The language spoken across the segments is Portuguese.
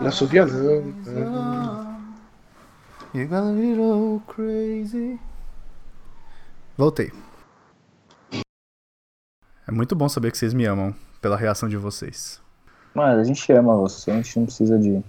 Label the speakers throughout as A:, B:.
A: Não subia não. Ah.
B: You got a little crazy. Voltei. É muito bom saber que vocês me amam pela reação de vocês.
C: Mano, a gente ama você, a gente não precisa de.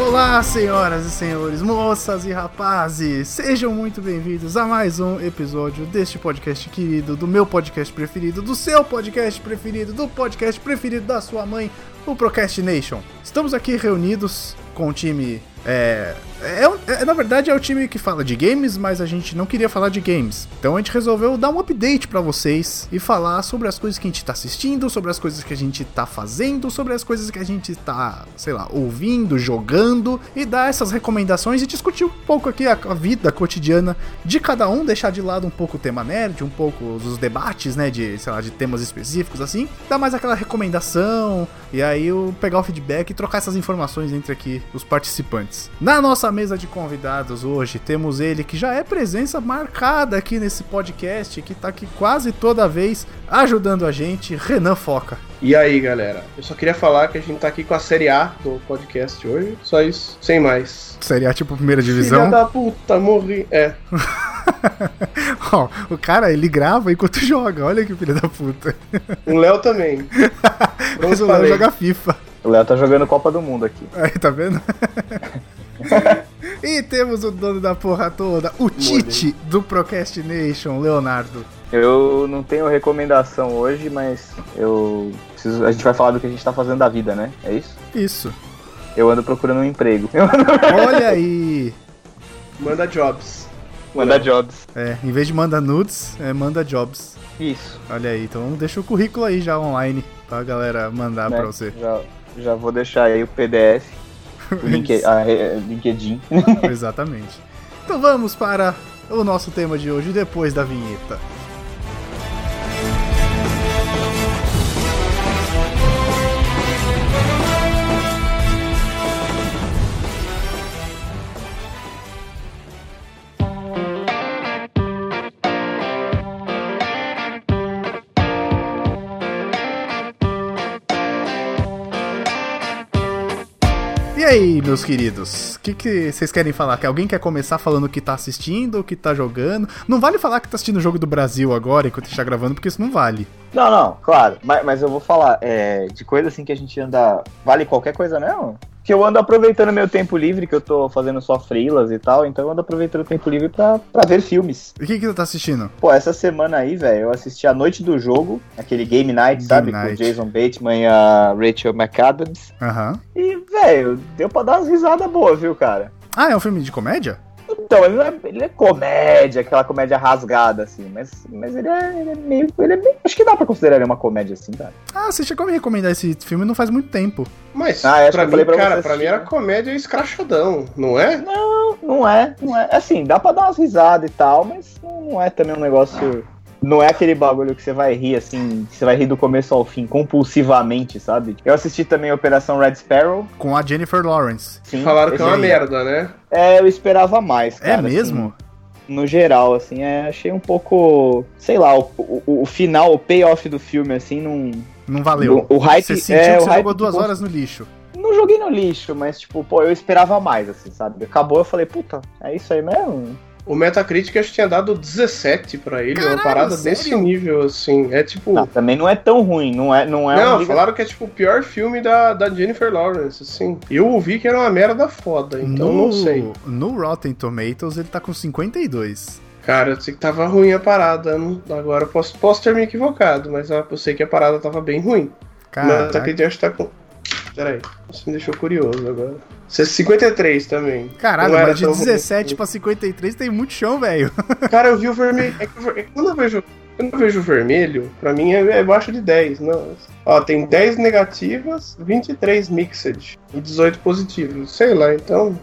B: Olá, senhoras e senhores, moças e rapazes, sejam muito bem-vindos a mais um episódio deste podcast querido, do meu podcast preferido, do seu podcast preferido, do podcast preferido da sua mãe, o Procrastination. Estamos aqui reunidos com o time. É, é um- é- na verdade, é o time que fala de games, mas a gente não queria falar de games. Então a gente resolveu dar um update pra vocês e falar sobre as coisas que a gente tá assistindo, sobre as coisas que a gente tá fazendo, sobre as coisas que a gente tá, sei lá, ouvindo, jogando e dar essas recomendações e discutir um pouco aqui a, a vida cotidiana de cada um, deixar de lado um pouco o tema nerd, um pouco os debates, né, de, sei lá, de temas específicos assim, dar mais aquela recomendação, e aí eu pegar o feedback e trocar essas informações entre aqui os participantes. Na nossa mesa de convidados hoje temos ele que já é presença marcada aqui nesse podcast, que tá aqui quase toda vez ajudando a gente, Renan Foca.
A: E aí, galera? Eu só queria falar que a gente tá aqui com a série A do podcast hoje. Só isso, sem mais.
B: Seria tipo primeira
A: Filha
B: divisão?
A: da puta, morri. É,
B: Ó, o cara ele grava enquanto joga, olha que filha da puta.
A: o Léo também. Não
B: Mas o Léo
A: falei.
B: joga FIFA.
C: O Léo tá jogando Copa do Mundo aqui.
B: Aí, tá vendo? e temos o dono da porra toda, o Tite do Procrastination, Leonardo.
C: Eu não tenho recomendação hoje, mas eu preciso. A gente vai falar do que a gente tá fazendo da vida, né? É isso?
B: Isso.
C: Eu ando procurando um emprego. Eu ando
B: Olha aí.
A: Manda jobs.
C: mandar jobs.
B: É, em vez de manda nudes, é manda jobs.
C: Isso.
B: Olha aí, então deixa o currículo aí já online pra galera mandar
C: né?
B: pra você.
C: Já, já vou deixar aí o PDF, o Linke- a re- LinkedIn.
B: Exatamente. Então vamos para o nosso tema de hoje depois da vinheta. E aí, meus queridos? O que que vocês querem falar? Que alguém quer começar falando o que tá assistindo, o que tá jogando? Não vale falar que tá assistindo o jogo do Brasil agora enquanto a gente tá gravando, porque isso não vale.
C: Não, não, claro. Mas, mas eu vou falar é, de coisa assim que a gente anda. Vale qualquer coisa mesmo? Que eu ando aproveitando meu tempo livre, que eu tô fazendo só freelas e tal, então eu ando aproveitando o tempo livre pra, pra ver filmes.
B: E o que que você tá assistindo?
C: Pô, essa semana aí, velho, eu assisti a noite do jogo, aquele Game Night,
B: Game
C: sabe?
B: Night.
C: Com o Jason Bateman e a Rachel McAdams.
B: Aham.
C: E, velho, deu pra dar umas risadas boas, viu, cara?
B: Ah, é um filme de comédia?
C: Então, ele é, ele é comédia, aquela comédia rasgada, assim, mas, mas ele, é, ele é meio. Ele é meio- Acho que dá pra considerar ele uma comédia, assim, cara.
B: Ah, você chegou a me recomendar esse filme não faz muito tempo.
A: Mas,
C: Ah, essa
A: pra
C: eu
A: mim,
C: falei pra
A: cara,
C: você
A: pra mim
C: assistir,
A: era
C: né?
A: comédia escrachadão, não é?
C: Não é, não é. Assim, dá pra dar umas risadas e tal, mas não, não é também um negócio. Não é aquele bagulho que você vai rir, assim, que você vai rir do começo ao fim, compulsivamente, sabe? Eu assisti também Operação Red Sparrow.
B: Com a Jennifer Lawrence.
C: Sim,
A: Falaram que é
C: esse
A: uma
C: aí.
A: merda, né?
C: É, eu esperava mais, cara.
B: é mesmo?
C: assim, no geral, assim, é, achei um pouco. Sei lá, o, o, o final, o payoff do filme, assim, não.
B: Não valeu.
C: O, o hype.
B: Você sentiu
C: é,
B: que
C: o
B: você
C: hype
B: jogou duas
C: que-
B: horas no lixo.
C: Não joguei no lixo, mas, tipo, pô, eu esperava mais, assim, sabe? Acabou, eu falei, puta, é isso aí mesmo?
A: O Metacritic acho que tinha dado 17 pra ele,
B: Caralho,
A: uma parada
B: sério?
A: desse nível, assim. É tipo.
C: Não, também não é tão ruim, não é. Não, é
A: Não,
C: um liga-
A: falaram que é tipo o pior filme da, da Jennifer Lawrence, assim. Eu ouvi que era uma merda foda, então não sei.
B: No Rotten Tomatoes ele tá com 52.
A: Cara, eu sei que tava ruim a parada. eu não- Agora eu posso, posso ter me equivocado, mas eu sei que a parada tava bem ruim. Mas
B: Caraca.
A: Metacritic acho que tá com. Peraí, você me deixou curioso agora. Você é 53 também.
B: Caralho,
A: Não era
B: mas de
A: tão ruim.
B: 17 pra 53 tem muito chão, velho.
A: Cara, eu vi o vermelho. É que o ver- é que quando eu vejo. Quando eu vejo o vermelho, pra mim é é abaixo de 10. Não. Ó, tem 10 negativas, 23 mixed e 18 positivos. Sei lá, então.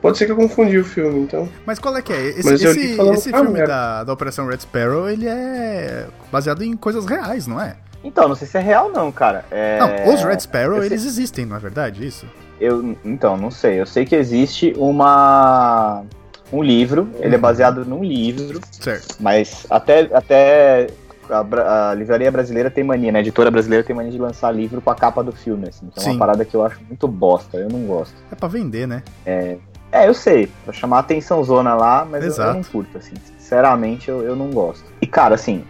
A: Pode ser que eu confundi o filme, então.
B: Mas qual é que é? Esse,
A: Mas eu li
B: esse-
A: falando
B: esse
A: pra
B: filme
A: merda.
B: da, da Operação Red Sparrow, ele é baseado em coisas reais, não é?
C: Então, não sei se é real não, cara. É...
B: Não, os Red Sparrow,
C: eu sei-
B: eles existem, não é verdade isso?
C: Eu, então, não sei. Eu sei que existe uma um livro, ele é baseado num livro,
B: Certo.
C: mas até até a, Bra- a livraria brasileira tem mania, né? A editora brasileira tem mania de lançar livro com a capa do filme, assim. Então é
B: Sim.
C: uma parada que eu acho muito bosta, eu não gosto.
B: É pra vender, né?
C: É, eu sei, pra chamar a atenção zona lá, mas eu- eu,
B: Exato.
C: não curto, assim. Sinceramente, eu, eu não gosto. E, cara, assim,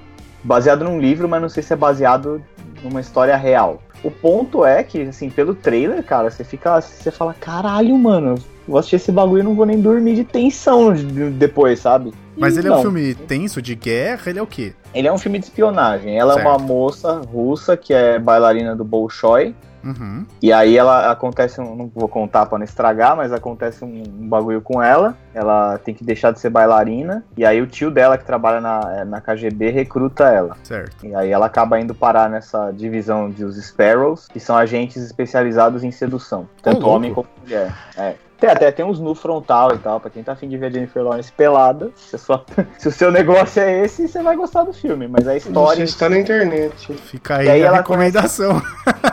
C: baseado num livro, mas não sei se é baseado numa história real. O ponto é que, assim, pelo trailer, cara, você fica. Você fala, caralho, mano, eu vou assistir esse bagulho e não vou nem dormir de tensão de- depois, sabe? E
B: Mas ele é um
C: não.
B: filme tenso, de guerra, ele é o quê?
C: Ele é um filme de espionagem. Ela
B: Certo.
C: é uma moça russa que é bailarina do Bolshoi.
B: Uhum.
C: E aí ela acontece, um, não vou contar pra não estragar, mas acontece um, um bagulho com ela. Ela tem que deixar de ser bailarina. E aí o tio dela que trabalha na, na KGB recruta ela.
B: Certo.
C: E aí ela acaba indo parar nessa divisão dos Sparrows, que são agentes especializados em sedução. Tanto
B: louco.
C: homem como mulher. É. Tem até tem uns nu frontal e tal, pra quem tá afim de ver a Jennifer Lawrence pelada. Se, a sua- se o seu negócio é esse, você vai gostar do filme. Mas a
A: Você
C: história em
A: está tá na internet.
B: Fica aí,
C: E aí
B: a
C: ela
B: recomendação.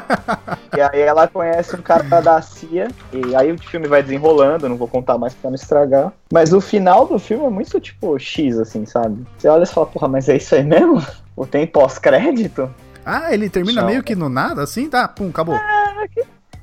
C: E aí ela conhece um cara da CIA, e aí o filme vai desenrolando, eu não vou contar mais pra não estragar. Mas o final do filme é muito tipo X, assim, sabe? Você olha e fala, porra, mas é isso aí mesmo? Ou tem pós-crédito?
B: Ah, ele termina
C: Tchau.
B: meio que no nada, assim? Tá, pum, acabou.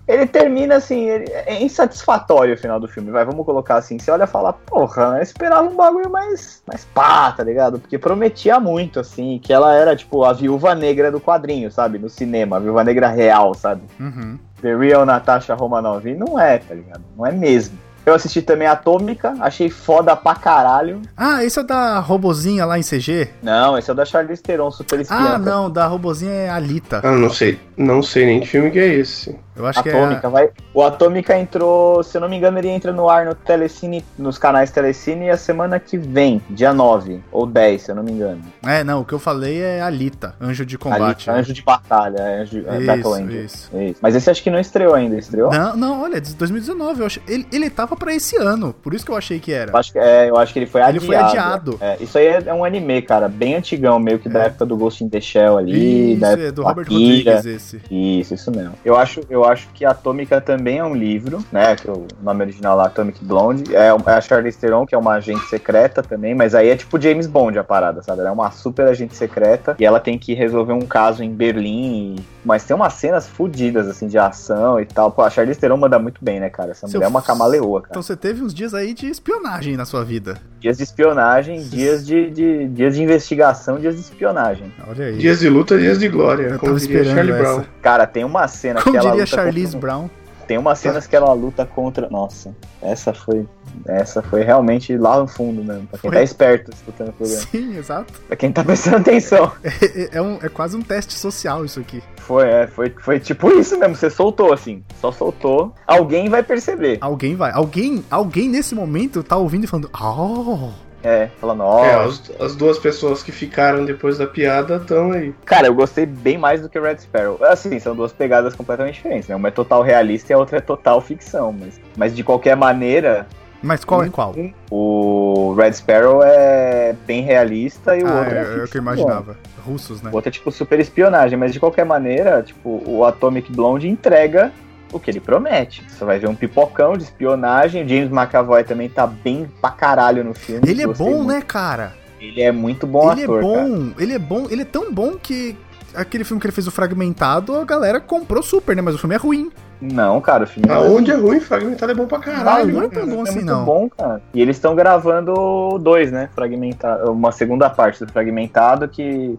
C: Ele termina assim, ele- é insatisfatório o final do filme, vai, vamos colocar assim. Você olha e fala, porra, eu esperava um bagulho mais, mais pá, tá ligado? Porque prometia muito, assim, que ela era tipo a viúva negra do quadrinho, sabe? No cinema, a viúva negra real, sabe?
B: Uhum.
C: The Real Natasha Romanoff. E não é, tá ligado? Não é mesmo. Eu assisti também Atômica, achei foda pra caralho.
B: Ah, esse é da robozinha lá em CG?
C: Não, esse é o da Charlize Theron, super espiã. tá
B: Ah, não, da robozinha é Alita.
A: Ah, não sei. Não sei nem que filme que é esse.
B: Eu acho que é.
C: Atômica,
B: a-
C: vai. O Atômica entrou, se eu não me engano, ele entra no ar no Telecine, nos canais Telecine a semana que vem, dia 9 ou 10, se eu não me engano.
B: É, não, o que eu falei é Alita, Anjo de Combate. né?
C: Ali, anjo de Batalha, é anjo, é Battle
B: Isso,
C: Angel.
B: isso.
C: Isso. Mas esse acho que não estreou ainda, estreou?
B: Não, não, olha, de 2019, eu achei, ele, ele tava pra esse ano, por isso que eu achei que
C: Eu
B: era.
C: acho, que, é, eu acho que ele foi
B: Ele
C: adiado.
B: foi adiado.
C: É, isso aí é é um anime, cara, bem antigão, meio que da
B: É.
C: época do Ghost in the Shell ali, né,
B: Isso,
C: da
B: é do Robert
C: Akira.
B: Rodrigues esse.
C: Isso, isso mesmo. Eu acho, eu acho que Atômica também é um livro, né? Que o nome original lá, Atomic Blonde. É, é a Charlize Theron, que é uma agente secreta também, mas aí é tipo James Bond a parada, sabe? Ela é uma super agente secreta e ela tem que resolver um caso em Berlim. e- Mas tem umas cenas fodidas, assim, de ação e tal. Pô, a Charlize Theron manda muito bem, né, cara? Essa
B: Seu
C: mulher é uma
B: f-
C: camaleoa, cara.
B: Então você teve uns dias aí de espionagem na sua vida.
C: Dias de espionagem, dias de, de- dias de investigação, dias de espionagem.
B: Olha aí.
A: Dias de luta, dias de glória.
B: eu
A: Como
B: tava
A: diria
B: esperando
A: Charlie
B: essa.
A: Brown.
C: Cara, tem uma cena
B: Como
C: que ela
B: diria
C: luta contra
B: Charlize
C: um-
B: Brown.
C: Tem umas cenas que ela luta contra. Nossa, essa foi. Essa foi realmente lá no fundo mesmo. Pra quem
B: Foi.
C: tá esperto escutando o programa.
B: Sim, exato.
C: Pra quem tá prestando atenção.
B: É, é um- é quase um teste social isso aqui.
C: Foi, é, foi, foi tipo isso mesmo. Você soltou assim. Só soltou. Alguém vai perceber.
B: Alguém vai. Alguém, alguém nesse momento tá ouvindo e falando. Oh!
C: É, falando,
A: É,
C: ó.
A: as, as duas pessoas que ficaram depois da piada estão aí.
C: Cara, eu gostei bem mais do que Red Sparrow. Assim, são duas pegadas completamente diferentes, né? Uma é total realista e a outra é total ficção. Mas, mas de qualquer maneira,
B: Mas qual
C: Um
B: é qual?
C: o Red Sparrow é bem realista e o
B: Ah,
C: outro é.
B: é, é o que eu
C: ficção.
B: imaginava. Russos, né?
C: O outro é tipo super espionagem, mas de qualquer maneira, tipo, o Atomic Blonde entrega o que ele promete. Você vai ver um pipocão de espionagem. O James McAvoy também tá bem pra caralho no filme.
B: Ele é
C: Gostei
B: bom,
C: muito.
B: né, cara?
C: Ele é muito bom
B: ele
C: ator,
B: é
C: cara.
B: bom, ele é bom, ele é tão bom que aquele filme que ele fez o Fragmentado, a galera comprou super, né? Mas o filme é ruim.
C: Não, cara, o filme não é
A: Aonde é ruim, fragmentado é bom pra caralho.
B: não é
A: cara.
B: tão bom
C: é
B: assim,
C: muito
B: não.
C: bom, cara. E eles estão gravando dois, né? Fragmentado, uma segunda parte do Fragmentado que,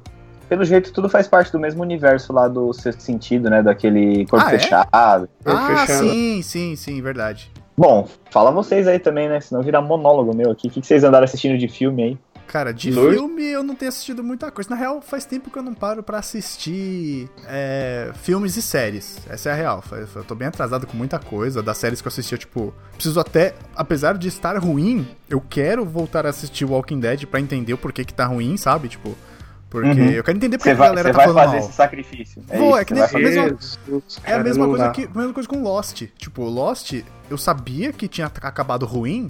C: pelo jeito, tudo faz parte do mesmo universo lá do Sexto Sentido, né? Daquele corpo
B: Ah, é?
C: fechado.
A: Eu
B: Ah,
A: fechando.
B: sim, sim, sim, verdade.
C: Bom, fala vocês aí também, né? Senão vira monólogo meu aqui. O que, que vocês andaram assistindo de filme aí?
B: Cara, de
A: Dois-
B: filme eu não tenho assistido muita coisa. Na real, faz tempo que eu não paro pra assistir é, filmes e séries. Essa é a real. Fa- Eu tô bem atrasado com muita coisa. Das séries que eu assisti, eu, tipo, preciso até, apesar de estar ruim, eu quero voltar a assistir Walking Dead pra entender o porquê que tá ruim, sabe? Tipo, Porque
C: Uhum.
B: eu quero entender porque
C: Você
B: a
C: vai,
B: galera
C: você
B: tá
C: vai
B: falando
C: fazer
B: mal.
C: esse sacrifício. É
B: Vou,
C: isso,
B: é que
C: você
B: nem-
C: vai fazer.
B: mesma-
A: Jesus,
B: É a
A: cara,
B: mesma
A: não
B: coisa,
A: dá.
B: que, a mesma coisa com Lost. Tipo, Lost, eu sabia que tinha ac- acabado ruim.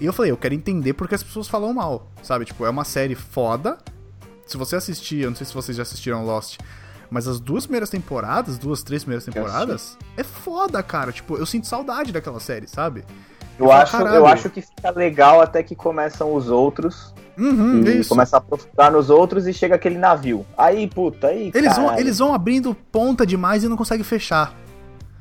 B: E eu falei, eu quero entender porque as pessoas falam mal. Sabe? Tipo, é uma série foda. Se você assistir, eu não sei se vocês já assistiram Lost. Mas as duas primeiras temporadas, duas, três primeiras
C: assisti.
B: temporadas, é foda, cara. Tipo, eu sinto saudade daquela série, sabe?
C: Eu,
B: Eu falo,
C: acho,
B: "Caralho."
C: eu acho que fica legal até que começam os outros
B: Uhum, é
C: e
B: isso.
C: começa a aprofundar nos outros e chega aquele navio. Aí, puta, aí.
B: Eles vão,
C: caralho.
B: eles vão abrindo ponta demais e não conseguem fechar.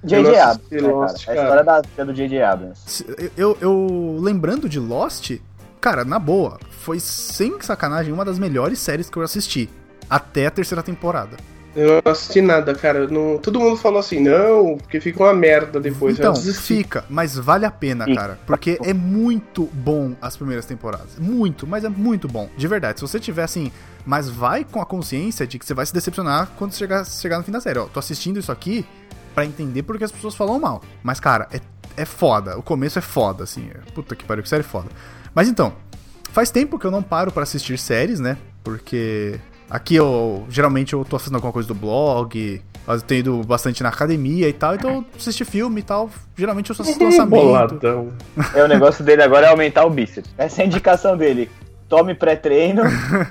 C: J.J.
A: Eu não
C: Abrams.
A: assisti
C: né, cara?
A: Lost,
C: É a história da vida do J.J. Abrams.
B: Se- Eu, eu lembrando de Lost, cara, na boa, foi sem sacanagem uma das melhores séries que eu assisti. Até a terceira temporada.
A: Eu não assisti nada, cara. Eu não- Todo mundo falou assim, não, porque fica uma merda depois. é
B: então,
A: eu desisti.
B: fica, mas vale a pena,
C: Fica.
B: cara. Porque é muito bom as primeiras temporadas. Muito, mas é muito bom. De verdade. Se você tiver assim, mas vai com a consciência de que você vai se decepcionar quando chegar, chegar no fim da série. Ó, tô assistindo isso aqui pra entender porque as pessoas falam mal. Mas, cara, é, é foda. O começo é foda, assim. É- Puta que pariu, que série foda. Mas então, faz tempo que eu não paro pra assistir séries, né? Porque aqui eu geralmente eu tô fazendo alguma coisa do blog, eu tenho ido bastante na academia e tal, então eu assisti filme e tal. Geralmente eu só assisto lançamento.
A: Boladão.
C: É, o negócio dele agora é aumentar o bíceps. Essa é a indicação dele. Tome pré-treino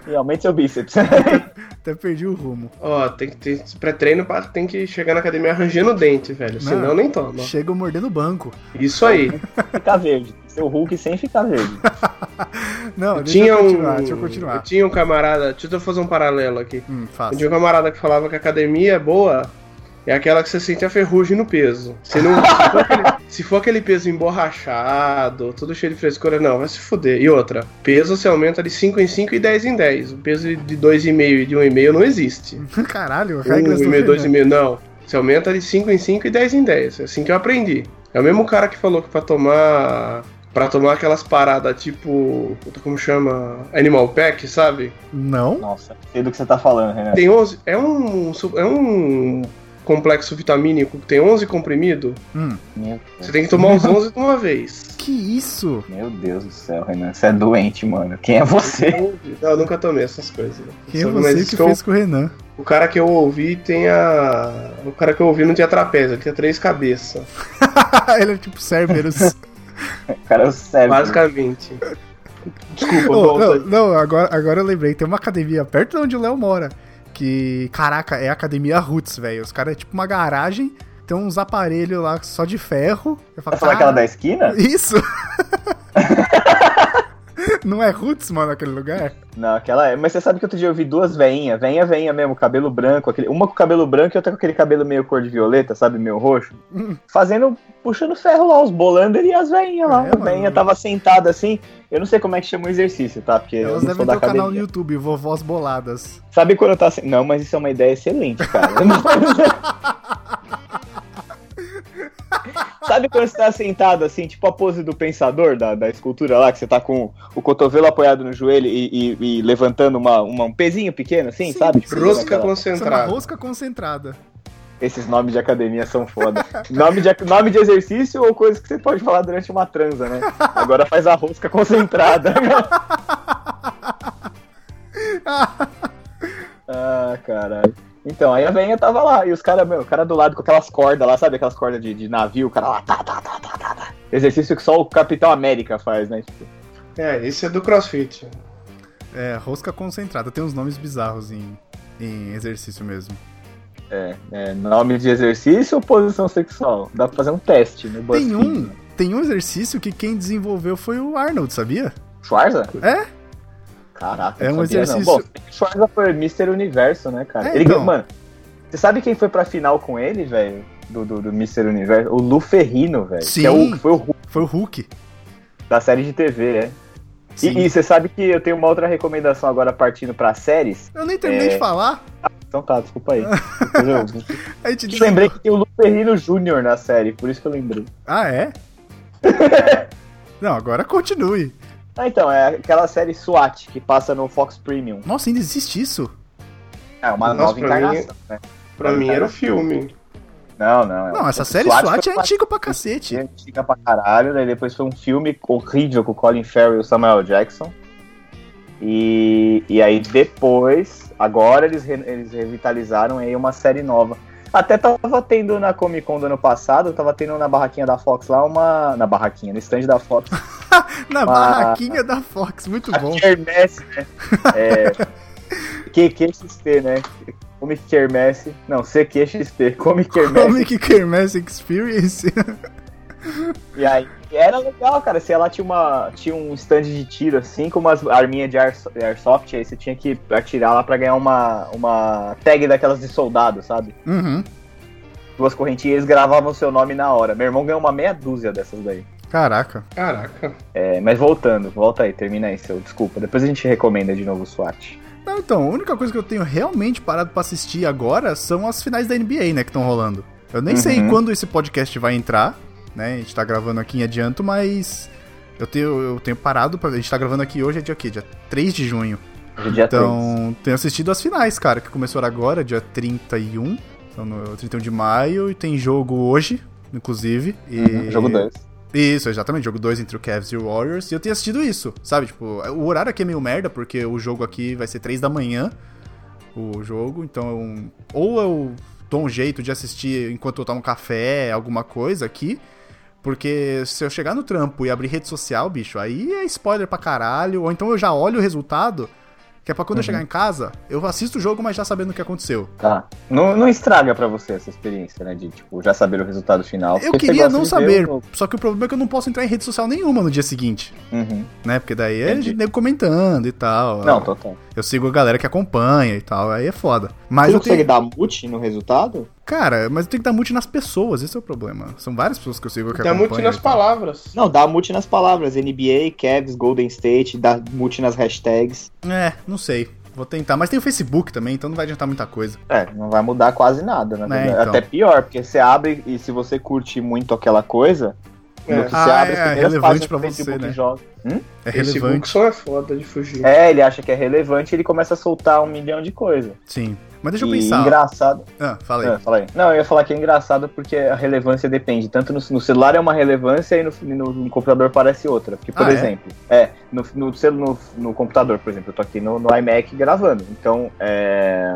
C: e aumente seu bíceps.
B: Até perdi o rumo.
A: Ó, tem que ter esse pré-treino, pra- tem que chegar na academia arranjando o dente, velho. Senão nem toma.
B: Chega eu mordendo o banco.
A: Isso aí.
B: Então,
C: ficar verde. Seu Hulk sem ficar verde.
B: Não,
A: Eu
B: deixa
A: tinha
B: eu
A: um.
B: continuar, deixa eu continuar.
A: eu tinha um camarada. Deixa eu fazer um paralelo aqui.
B: Hum,
A: Eu
B: fácil.
A: tinha um camarada que falava que a academia é boa. É aquela que você sente a ferrugem no peso. Se, não, se, for aquele, se for aquele peso emborrachado, tudo cheio de frescura, não, vai se fuder. E outra, peso você aumenta de 5 em 5 e 10 em 10. O peso de 2,5 e de 1,5 não existe.
B: Caralho, regras do né?
A: 1,5,
B: Fernando.
A: 2,5, não. Você aumenta de 5 em 5 e 10 em 10. É assim que eu aprendi. É o mesmo cara que falou que pra tomar. Pra tomar aquelas paradas tipo. puta, Como chama? Animal Pack, sabe?
B: Não?
C: Nossa, sei do que você tá falando, Renan.
A: Tem 11. É um. su- É um complexo vitamínico que tem 11 comprimido.
B: Hum,
C: Meu
A: Você
C: Deus,
A: tem que tomar os 11 de uma vez.
B: que isso?
C: meu Deus do céu, Renan. Você é doente, mano. Quem é você?
A: Não, Então, eu nunca tomei essas coisas.
B: Quem é
A: Sabe,
B: você
A: isso
B: que
A: eu-
B: fez com o Renan?
A: O cara que eu ouvi tem a. O cara que eu ouvi não tinha trapézio, ele tinha três cabeças.
B: Ele é tipo Cerberus.
C: O cara é o cérebro.
A: Basicamente. Desculpa,
B: Oh,
A: volta
C: tá
B: não,
A: aí.
B: não, agora, agora eu lembrei. Tem uma academia perto de onde o Léo mora. Que, caraca, é a academia Roots, velho. Os caras é tipo uma garagem, tem uns aparelhos lá só de ferro. Eu falo,
C: Tá falando aquela
B: "Cara,
C: da esquina?
B: Isso! Não é Roots, mano, aquele lugar?
C: Não, aquela é. Mas você sabe que outro dia eu vi duas veinhas. Veinha, veinha mesmo, cabelo branco. Aquele... Uma com cabelo branco e outra com aquele cabelo meio cor de violeta, sabe? Meio roxo.
B: Hum.
C: Fazendo, puxando ferro lá, os bolander e as veinhas lá.
B: É,
C: a
B: mano.
C: veinha tava sentada assim. Eu não sei como é que chama o exercício, tá? Porque eu
B: Elas
C: não sou
B: devem
C: da
B: ter o canal no
C: academia.
B: YouTube, Vovós Boladas.
C: Sabe quando eu tá assim? Não, mas isso é uma ideia excelente, cara. Sabe quando você tá sentado assim, tipo a pose do pensador da, da escultura lá, que você tá com o cotovelo apoiado no joelho e, e- e levantando uma, uma- um pezinho pequeno, assim,
B: Sim,
C: sabe? Tipo,
A: Rosca
C: aquela-
B: Isso é uma
A: concentrada.
B: rosca concentrada.
C: Esses nomes de academia são foda. nome, de, nome de exercício ou coisa que você pode falar durante uma transa, né? Agora faz a rosca concentrada. ah, caralho. Então, aí a venha tava lá, e os caras, meu, o cara do lado com aquelas cordas lá, sabe? Aquelas cordas de, de navio, o cara lá, tá, tá, tá, tá, tá, tá. Exercício que só o Capitão América faz, né? Tipo,
A: É, esse é do CrossFit.
B: É, rosca concentrada. Tem uns nomes bizarros em, em exercício mesmo.
C: é, é, nome de exercício ou posição sexual? Dá pra fazer um teste no BuzzFeed.
B: Tem um, tem um exercício que quem desenvolveu foi o Arnold, sabia?
C: Schwarza?
B: É?
C: Caraca,
B: É
C: não
B: um
C: sabia,
B: exercício-
C: Não. Bom, o Schwarza foi Mr. Universo, né, cara?
B: É,
C: ele
B: então.
C: Mano, você sabe quem foi pra final com ele, velho? Do, do, do Mr. Universo? O Lu Ferrino, velho.
B: Sim.
C: Que é o, que foi o Hulk
B: Foi o Hulk.
C: da série de TV, é. E-
B: Sim.
C: E você sabe que eu tenho uma outra recomendação agora partindo pra séries?
B: Eu nem terminei
C: É.
B: de falar.
C: Então tá, desculpa aí. Depois eu-
B: A gente
C: eu
B: diz...
C: lembrei que tem o Lu Ferrino Jr. na série, por isso que eu lembrei.
B: Ah, é? Não, agora continue.
C: Ah, então, é aquela série SWAT que passa no Fox Premium.
B: Nossa, ainda existe isso?
C: É uma
A: Nossa,
C: nova
A: pra mim-
C: encarnação, né?
A: Pra mim era o filme.
C: Não, não. é
B: Não,
C: uma-
B: essa série
C: SWAT
B: SWAT,
C: foi
B: é
C: uma
B: antiga pra
C: Que
B: cacete.
C: é antiga né? pra caralho, daí depois foi um filme horrível com o Colin Farrell e o Samuel Jackson. E, e aí depois, agora eles, re- eles revitalizaram aí uma série nova. Até tava tendo na Comic Con do ano passado, tava tendo na barraquinha da Fox lá uma. Na barraquinha, no stand da Fox. Ah,
B: Na barraquinha da Fox, muito
C: A
B: bom.
C: Kermesse, né? É. QQXP, né? Comic Kermesse. Não, CQXP. Comic Kermesse.
B: Comic Kermesse Experience.
C: E aí, era legal, cara. Se ela tinha, uma, tinha um stand de tiro, assim, com umas arminhas de airso- de airsoft, aí você tinha que atirar lá pra ganhar uma, uma tag daquelas de soldado, sabe?
B: Uhum.
C: Duas correntinhas, eles gravavam seu nome na hora. Meu irmão ganhou uma meia dúzia dessas daí.
B: Caraca.
A: Caraca.
C: É, mas voltando, volta aí, termina aí, seu. Desculpa. Depois a gente recomenda de novo o SWAT.
B: Não, então, a única coisa que eu tenho realmente parado pra assistir agora são as finais da NBA, né, que estão rolando. Eu nem sei
C: Uhum.
B: quando esse podcast vai entrar, né? A gente tá gravando aqui em adianto, mas eu tenho, eu tenho parado pra. A gente tá gravando aqui hoje, é dia o quê? Dia 3 de junho.
C: Hoje é dia três.
B: Então, tenho assistido as finais, cara, que começaram agora, dia 31. Então, no 31 de maio, e tem jogo hoje, inclusive. E...
C: Uhum, Jogo 2.
B: Isso, exatamente. Jogo 2 entre o Cavs e o Warriors. E eu tenho assistido isso, sabe? Tipo, o horário aqui é meio merda, porque o jogo aqui vai ser 3 da manhã. O jogo, então. eu- Ou eu dou um jeito de assistir enquanto eu tomo café, alguma coisa aqui. Porque se eu chegar no trampo e abrir rede social, bicho, aí é spoiler pra caralho. Ou então eu já olho o resultado, que é pra quando eu
C: Uhum.
B: chegar em casa, eu assisto o jogo, mas já sabendo o que aconteceu.
C: Tá. Não, não estraga pra você essa experiência, né? De, tipo, já saber o resultado final.
B: Eu
C: porque você
B: queria
C: gosta
B: não
C: de ver
B: saber,
C: o-
B: só que o problema é que eu não posso entrar em rede social nenhuma no dia seguinte.
C: Uhum.
B: né? Porque daí é
C: Entendi.
B: gente nego comentando e tal.
C: Não, total.
B: Eu sigo a galera que acompanha e tal, aí é foda. Mas
C: Você não
B: eu tenho.
C: consegue dar mute no resultado?
B: Cara, mas eu tenho que dar mute nas pessoas, esse é o problema. São várias pessoas que eu sigo que
A: Dá
B: acompanham.
A: muito nas
B: e tal.
A: palavras.
C: Não, dá mute nas palavras. NBA, Cavs, Golden State, dá mute nas hashtags.
B: É, não sei. Vou tentar. Mas tem o Facebook também, então não vai adiantar muita coisa.
C: É, não vai mudar quase nada, na
B: É,
C: verdade.
B: então.
C: Até pior, porque você abre e se você curte muito aquela coisa,
A: É.
C: no que você
B: Ah, é,
C: abre as
B: é
C: primeiras
B: relevante
C: páginas
B: pra
C: do
B: você,
C: Facebook
B: né?
C: joga.
B: É
A: Esse
B: relevante.
A: Buxon é foda de fugir.
C: É, ele acha que é relevante e ele começa a soltar um milhão de coisas.
B: Sim. Mas deixa eu
C: e
B: pensar.
C: engraçado.
B: Ah, fala aí.
C: Ah, fala aí. Não, eu ia falar que é engraçado porque a relevância depende. Tanto no, no celular é uma relevância e no, no- no computador parece outra. Porque, por
B: Ah, é?
C: exemplo, é, no, no, celu- no, no computador, por exemplo, eu tô aqui no, no iMac gravando. Então, é,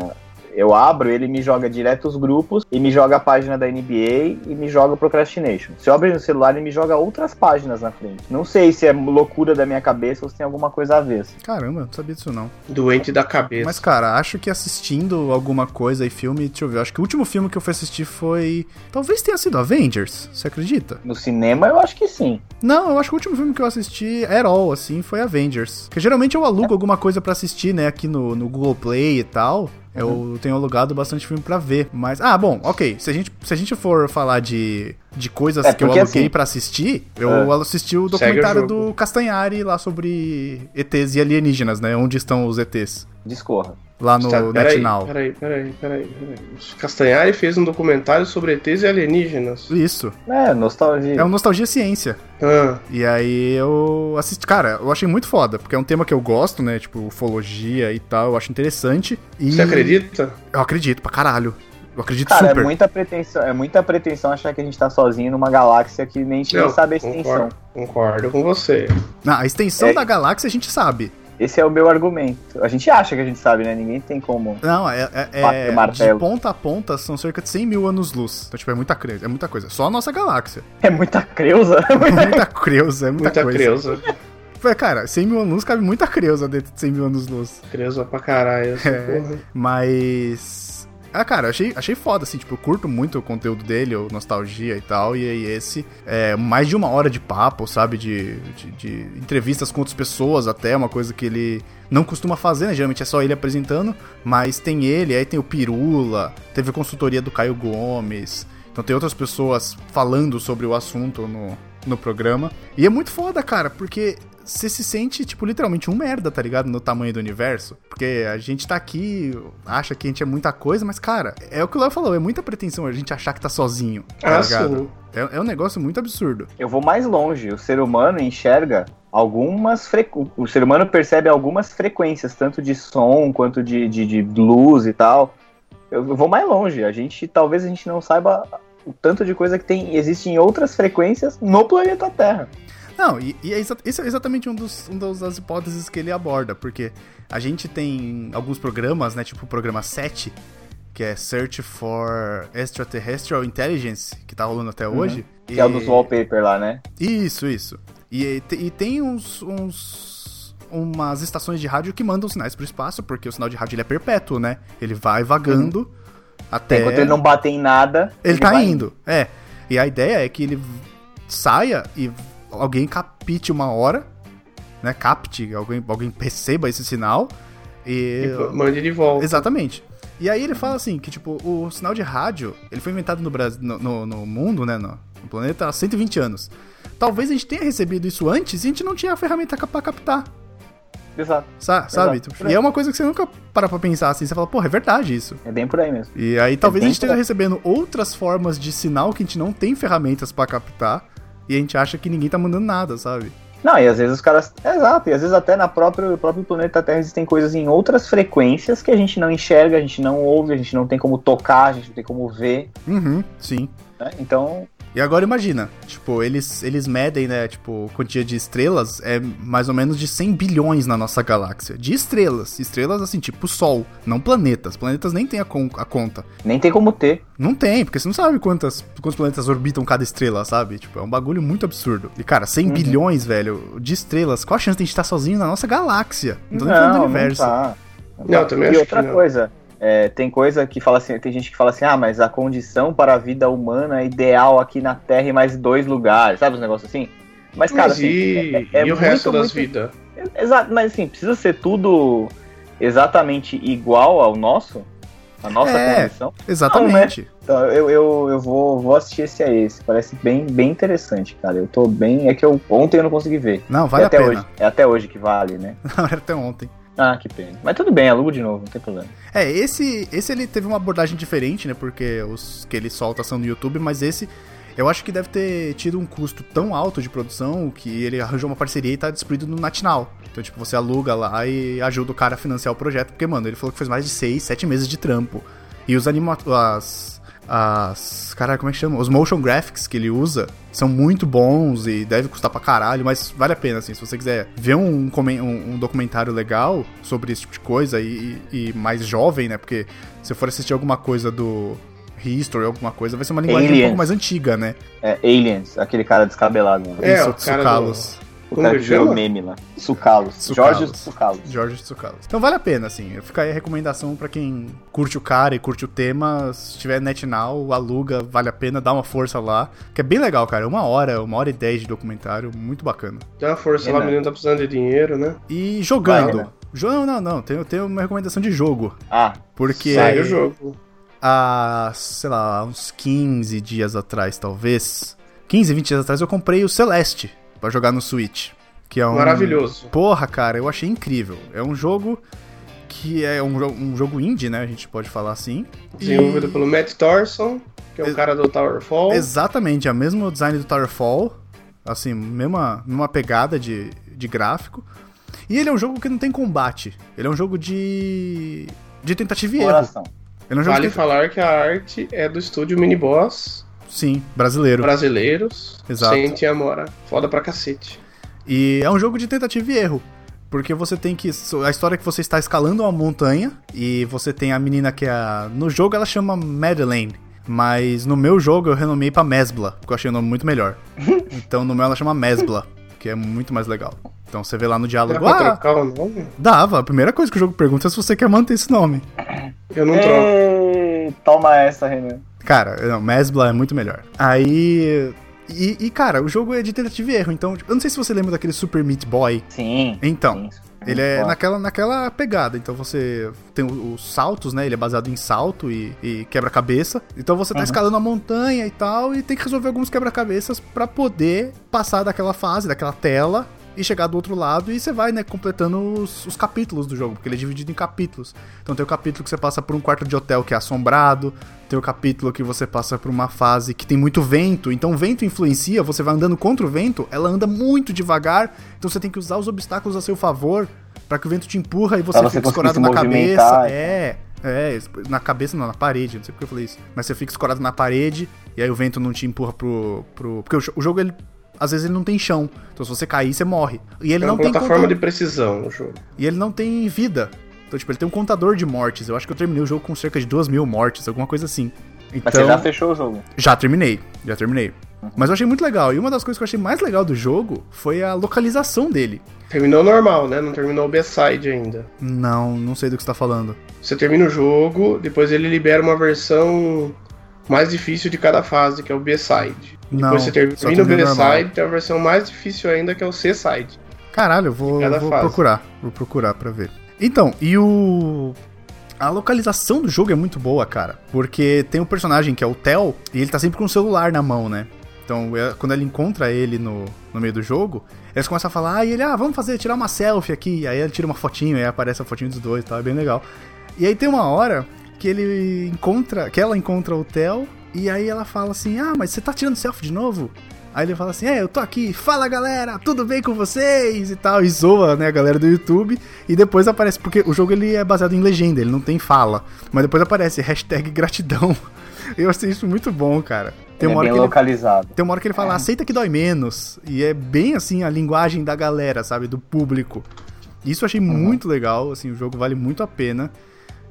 C: eu abro, ele me joga direto os grupos e me joga a página da NBA e me joga o Procrastination. Se eu abrir no celular, ele me joga outras páginas na frente. Não sei se é loucura da minha cabeça ou se tem alguma coisa a ver. assim.
B: Caramba, não sabia disso não.
A: Doente da cabeça.
B: Mas, cara, acho que assistindo alguma coisa e filme, deixa eu ver, acho que o último filme que eu fui assistir foi. Talvez tenha sido Avengers, você acredita?
C: No cinema, eu acho que sim.
B: Não, eu acho que o último filme que eu assisti at all, assim, foi Avengers. Porque geralmente eu alugo alguma coisa pra assistir, né, aqui no, no Google Play e tal. Eu
A: Uhum.
B: tenho alugado bastante filme pra ver. Mas. Ah, bom, ok. Se a gente, se a gente for falar de, de coisas
C: É,
B: que eu
C: porque,
B: aluguei
C: assim,
B: pra assistir, eu
C: é.
B: assisti o
A: Segue o
B: documentário
A: jogo.
B: do Castanhari lá sobre ETs e alienígenas, né? Onde estão os ETs?
C: Discorra.
B: Lá Tá no
A: Está- peraí,
B: NetNow.
A: Peraí, peraí, peraí, peraí. Castanhari fez um documentário sobre ETs e alienígenas.
B: Isso.
C: É, nostalgia.
B: É um Nostalgia Ciência.
A: Ah,
B: E aí eu assisti. Cara, eu achei muito foda, porque é um tema que eu gosto, né? Tipo, ufologia e tal, eu acho interessante. E
A: você acredita?
B: Eu acredito pra caralho. Eu acredito
C: Cara,
B: super.
C: é muita pretensão, é muita pretensão achar que a gente tá sozinho numa galáxia que nem tinha
A: Não,
C: sabe a extensão.
A: Concordo, concordo com você.
B: Ah, a extensão
C: É.
B: da galáxia a gente sabe.
C: Esse é o meu argumento. A gente acha que a gente sabe, né? Ninguém tem como.
B: Não, é. é- é-
C: Bater o
B: de
C: martelo.
B: ponta a ponta são cerca de 100 mil anos-luz. Então, tipo, é muita, cre- é muita coisa. Só a nossa galáxia.
C: É muita creusa.
B: É muita creusa, é muita,
A: Muita
B: coisa.
A: creusa.
B: Foi, Cara, 100 mil anos-luz cabe muita creusa dentro de 100 mil anos-luz.
A: Creusa pra caralho. essa
B: É,
A: porra.
B: Mas. Ah, cara, eu achei, achei foda, assim, tipo, eu curto muito o conteúdo dele, o nostalgia e tal, e aí esse, é, mais de uma hora de papo, sabe, de, de, de entrevistas com outras pessoas até, uma coisa que ele não costuma fazer, né, geralmente é só ele apresentando, mas tem ele, aí tem o Pirula, teve a consultoria do Caio Gomes, então tem outras pessoas falando sobre o assunto no, no programa, e é muito foda, cara, porque você se sente, tipo, literalmente um merda, tá ligado? No tamanho do universo. Porque a gente tá aqui, acha que a gente é muita coisa, mas, cara, é o que o Léo falou, é muita pretensão a gente achar que tá sozinho, tá
A: Ah,
B: ligado?
A: sim.
B: É, é um negócio muito absurdo.
C: Eu vou mais longe. O ser humano enxerga algumas frequ... O ser humano percebe algumas frequências, tanto de som quanto de, de, de luz e tal. Eu eu vou mais longe. A gente talvez a gente não saiba o tanto de coisa que tem existe em outras frequências no planeta Terra.
B: Não, e, e é exa- esse é exatamente um dos, um dos- das hipóteses que ele aborda, porque a gente tem alguns programas, né? Tipo o programa 7, que é Search for Extraterrestrial Intelligence, que tá rolando até hoje.
C: Que é o dos wallpaper lá, né?
B: Isso, isso. E, e te- e tem uns, uns- umas estações de rádio que mandam sinais pro espaço, porque o sinal de rádio ele é perpétuo, né? Ele vai vagando até
C: Enquanto ele não bater em nada.
B: ele tá
C: vai
B: indo. É. E a ideia é que ele saia e alguém capite uma hora, né? Capte, alguém, alguém perceba esse sinal e
A: E mande de volta.
B: Exatamente. E aí ele fala assim, que tipo, o sinal de rádio, ele foi inventado no Brasil, no, no- no mundo, né, no, no planeta há 120 anos. Talvez a gente tenha recebido isso antes e a gente não tinha a ferramenta ca- pra captar,
C: Exato.
B: sa- sabe?
C: Exato.
B: E é uma coisa que você nunca para pra pensar assim, você fala, porra, é verdade isso.
C: É bem por aí mesmo.
B: E aí talvez a gente
C: bem
B: esteja recebendo outras formas de sinal que a gente não tem ferramentas pra captar e a gente acha que ninguém tá mandando nada, sabe?
C: Não, e às vezes os caras. Exato, e às vezes até na própria, no próprio planeta Terra existem coisas em outras frequências que a gente não enxerga, a gente não ouve, a gente não tem como tocar, a gente não tem como ver.
B: Uhum, sim.
C: né? Então,
B: E agora imagina, tipo, eles, eles medem, né, tipo, quantia de estrelas é mais ou menos de 100 bilhões na nossa galáxia. De estrelas, estrelas assim, tipo Sol, não planetas. Planetas nem tem a, con- a conta.
C: nem tem como ter.
B: Não tem, porque você não sabe quantas, quantos planetas orbitam cada estrela, sabe? Tipo, é um bagulho muito absurdo. E cara, 100
C: Uhum.
B: bilhões, velho, de estrelas, qual a chance de a gente estar sozinho na nossa galáxia? Não tô nem falando do
C: Não, não
B: universo.
C: tá.
A: Não, eu também
C: e
A: acho
C: outra
A: que não.
C: coisa, é, tem coisa que fala assim, tem gente que fala assim, ah, mas a condição para a vida humana é ideal aqui na Terra e mais dois lugares, sabe os negócios assim? Mas, cara,
A: Mas
C: assim,
A: e,
C: é- é
A: e o
C: muito,
A: resto das
C: muito-
A: vidas?
C: Exato, mas assim, precisa ser tudo exatamente igual ao nosso? A nossa
B: É.
C: condição?
B: Exatamente.
C: Então, eu, eu, eu vou, vou assistir esse a esse. Parece bem, bem interessante, cara. Eu tô bem. É que eu ontem eu não consegui ver.
B: Não, vale
C: é
B: a
C: até
B: pena.
C: hoje. É até hoje que vale, né?
B: Era até ontem.
C: Ah, que pena. Mas tudo bem, alugo de novo, não tem problema.
B: É, esse, esse ele teve uma abordagem diferente, né? Porque os que ele solta são no YouTube, mas esse eu acho que deve ter tido um custo tão alto de produção que ele arranjou uma parceria e tá distribuído no Natinal. Então, tipo, você aluga lá e ajuda o cara a financiar o projeto, porque, mano, ele falou que fez mais de seis, sete meses de trampo. E os anima... as... as... caralho, como é que chama? Os motion graphics que ele usa são muito bons e deve custar pra caralho, mas vale a pena, assim, se você quiser ver um, comen- um, um documentário legal sobre esse tipo de coisa e, e- e mais jovem, né, porque se eu for assistir alguma coisa do History, alguma coisa, vai ser uma linguagem um
C: Alien.
B: pouco mais antiga, né?
C: É, Aliens, aquele cara descabelado. Né?
A: É,
B: Isso,
A: o cara
B: Tsukalos.
C: O
A: Como
C: cara
A: ele
C: que virou
A: chama?
C: meme lá. Sucalos.
B: Sucalos.
C: Jorge Sucalos.
B: Jorge Tsukalos. Então vale a pena, assim. Fica aí a recomendação pra quem curte o cara e curte o tema. Se tiver NetNow, aluga, vale a pena, dá uma força lá. Que é bem legal, cara. Uma hora, uma hora e dez de documentário, muito bacana.
A: Dá uma força lá,
C: Renan.
A: o menino tá precisando de dinheiro, né?
B: E jogando.
C: Vai, né?
B: Jo- não, não, não. Tenho, tenho uma recomendação de jogo.
C: Ah,
B: Porque é, então,
A: Sai o jogo.
B: há, sei lá, uns 15 dias atrás, talvez. 15, 20 dias atrás, eu comprei o Celeste pra jogar no Switch. Que é um,
A: Maravilhoso.
B: Porra, cara, eu achei incrível. É um jogo que é um, jo- um jogo indie, né? A gente pode falar assim.
A: Desenvolvido pelo Matt Thorson, que é o
B: Ex-
A: cara do Tower Fall.
B: Exatamente, é o mesmo design do Towerfall. Assim, mesma, mesma pegada de, de gráfico. E ele é um jogo que não tem combate. Ele é um jogo de. de tentativa e erro.
C: coração.
B: Ele é um jogo
A: Vale
B: de...
A: falar que a arte é do estúdio Miniboss,
B: Sim, brasileiro.
A: brasileiros,
B: Exato.
A: sem Tia Mora. Foda pra cacete.
B: E é um jogo de tentativa e erro. Porque você tem que. A história é que você está escalando uma montanha e você tem a menina que é. a- No jogo ela chama Madeleine. Mas no meu jogo eu renomei pra Mesbla, porque eu achei o nome muito melhor. Então no meu ela chama Mesbla, que é muito mais legal. Então você vê lá no
A: Dá
B: diálogo.
A: pra
B: Ah,
A: trocar o nome?
B: dava. A primeira coisa que o jogo pergunta é se você quer manter esse nome.
A: Eu
C: É,
A: não troco.
C: Ei, toma essa, Renan.
B: Cara, não, Mesbla é muito melhor. Aí. E, e, cara, o jogo é de tentativa e erro. Então, tipo, eu não sei se você lembra daquele Super Meat Boy.
C: Sim.
B: Então.
C: sim.
B: Ele é
C: Bom.
B: naquela, naquela pegada, então você tem o- os saltos, né? Ele é baseado em salto e, e quebra-cabeça. Então você tá
C: Uhum.
B: escalando a montanha e tal, e tem que resolver alguns quebra-cabeças pra poder passar daquela fase, daquela tela, e chegar do outro lado. E você vai, né, completando os, os capítulos do jogo, porque ele é dividido em capítulos. Então tem o capítulo que você passa por um quarto de hotel que é assombrado, tem o capítulo que você passa por uma fase que tem muito vento, então o vento influencia, você vai andando contra o vento, ela anda muito devagar, então você tem que usar os obstáculos a seu favor pra que o vento te empurra e você
C: Pra você
B: fica
C: conseguir
B: escorado
C: se
B: na
C: movimentar.
B: cabeça. É, é, es- na cabeça não, na parede, não sei porque eu falei isso. Mas você fica escorado na parede e aí o vento não te empurra pro. pro porque o, jo- o jogo ele às vezes ele não tem chão. Então se você cair, você morre. E ele
A: É
B: não
A: uma
B: tem
A: plataforma
B: conta-
A: de precisão o jogo.
B: E ele não tem vida. Então, tipo, ele tem um contador de mortes. Eu acho que eu terminei o jogo com cerca de duas mil mortes, alguma coisa assim.
C: Mas
B: Então,
C: você já fechou o jogo.
B: já terminei, já terminei.
A: Uhum.
B: Mas eu achei muito legal. E uma das coisas que eu achei mais legal do jogo foi a localização dele.
A: Terminou normal, né? Não terminou o B-side ainda.
B: Não, não sei do que você tá falando.
A: Você termina o jogo, depois ele libera uma versão mais difícil de cada fase, que é o B-side.
B: Não,
A: Depois você
B: só
A: termina o
B: terminei normal.
A: B-side, tem a versão mais difícil ainda, que é o C-side.
B: Caralho, eu vou,
A: Cada
B: vou
A: fase.
B: procurar. Vou procurar pra ver. Então, e o. A localização do jogo é muito boa, cara. Porque tem um personagem que é o Tel, e ele tá sempre com o celular na mão, né? Então, é- quando ele encontra ele no, no meio do jogo, eles começam a falar, ah, e ele, ah, vamos fazer, tirar uma selfie aqui. Aí ele tira uma fotinho, aí aparece a fotinho dos dois e tal, é bem legal. E aí tem uma hora que ele encontra, que ela encontra o Theo, e aí ela fala assim, ah, mas você tá tirando selfie de novo? Aí ele fala assim, é, eu tô aqui, fala galera, tudo bem com vocês e tal, e zoa, né, a galera do YouTube, e depois aparece, porque o jogo ele é baseado em legenda, ele não tem fala, mas depois aparece hashtag gratidão. Eu achei isso muito bom, cara. Tem
C: Ele
B: uma hora
C: é bem
B: que ele
C: localizado.
B: tem uma hora que ele fala, aceita que dói menos. E é bem assim a linguagem da galera, sabe? Do público. Isso eu achei muito legal, assim, o jogo vale muito a pena.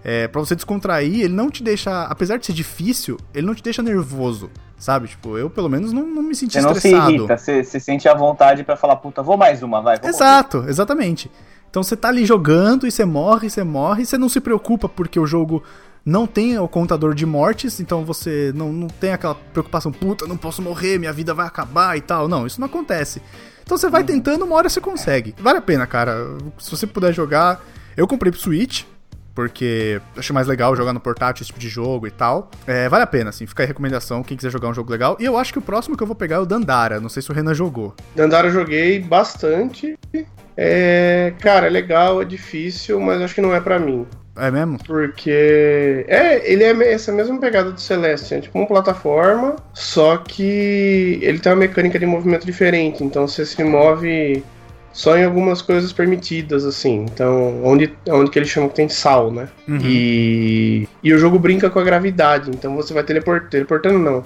B: É, para você descontrair, ele não te deixa. Apesar de ser difícil, ele não te deixa nervoso, sabe? Tipo, eu pelo menos não, não me senti
C: Você não se
B: estressado.
C: irrita, você se sente à vontade pra falar, puta, vou mais É uma, vai. vou
B: Exato, exatamente. Então você tá ali jogando e você morre, você morre, você não se preocupa porque o jogo não tem o contador de mortes, então você não, não tem aquela preocupação, puta, não posso morrer, minha vida vai acabar e tal. Não, isso não acontece. Então você vai tentando, uma hora você consegue. Vale a pena, cara. Se você puder jogar. Eu comprei pro Switch, porque achei mais legal jogar no portátil esse tipo de jogo e tal. É, vale a pena, assim, fica aí a recomendação, quem quiser jogar um jogo legal. E eu acho que o próximo que eu vou pegar é o Dandara. Não sei se o Renan jogou.
A: Dandara eu joguei bastante. É, cara, é legal, é difícil, mas acho que não é pra mim.
B: É mesmo?
A: Porque. É, ele é me- essa mesma pegada do Celeste, é tipo uma plataforma, só que ele tem uma mecânica de movimento diferente, então você se move só em algumas coisas permitidas, assim. Então, onde, onde que ele chama que tem sal, né?
B: Uhum.
A: E, e o jogo brinca com a gravidade, então você vai teleport, teleportando, não.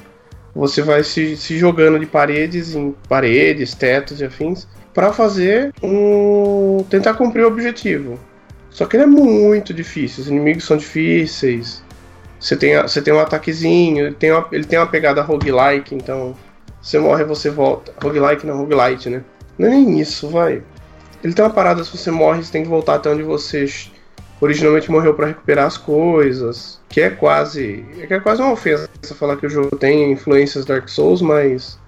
A: Você vai se, se jogando de paredes em paredes, tetos e afins, pra fazer um. tentar cumprir o objetivo. Só que ele é muito difícil, os inimigos são difíceis. Você tem, a- você tem um ataquezinho, ele tem uma, ele tem uma pegada roguelike, então você morre você volta. Roguelike não, roguelite, né? Não é nem isso, vai. Ele tem uma parada, se você morre, você tem que voltar até onde você ch- originalmente morreu pra recuperar as coisas. Que é quase. É que é quase uma ofensa você falar que o jogo tem influências Dark Souls, mas.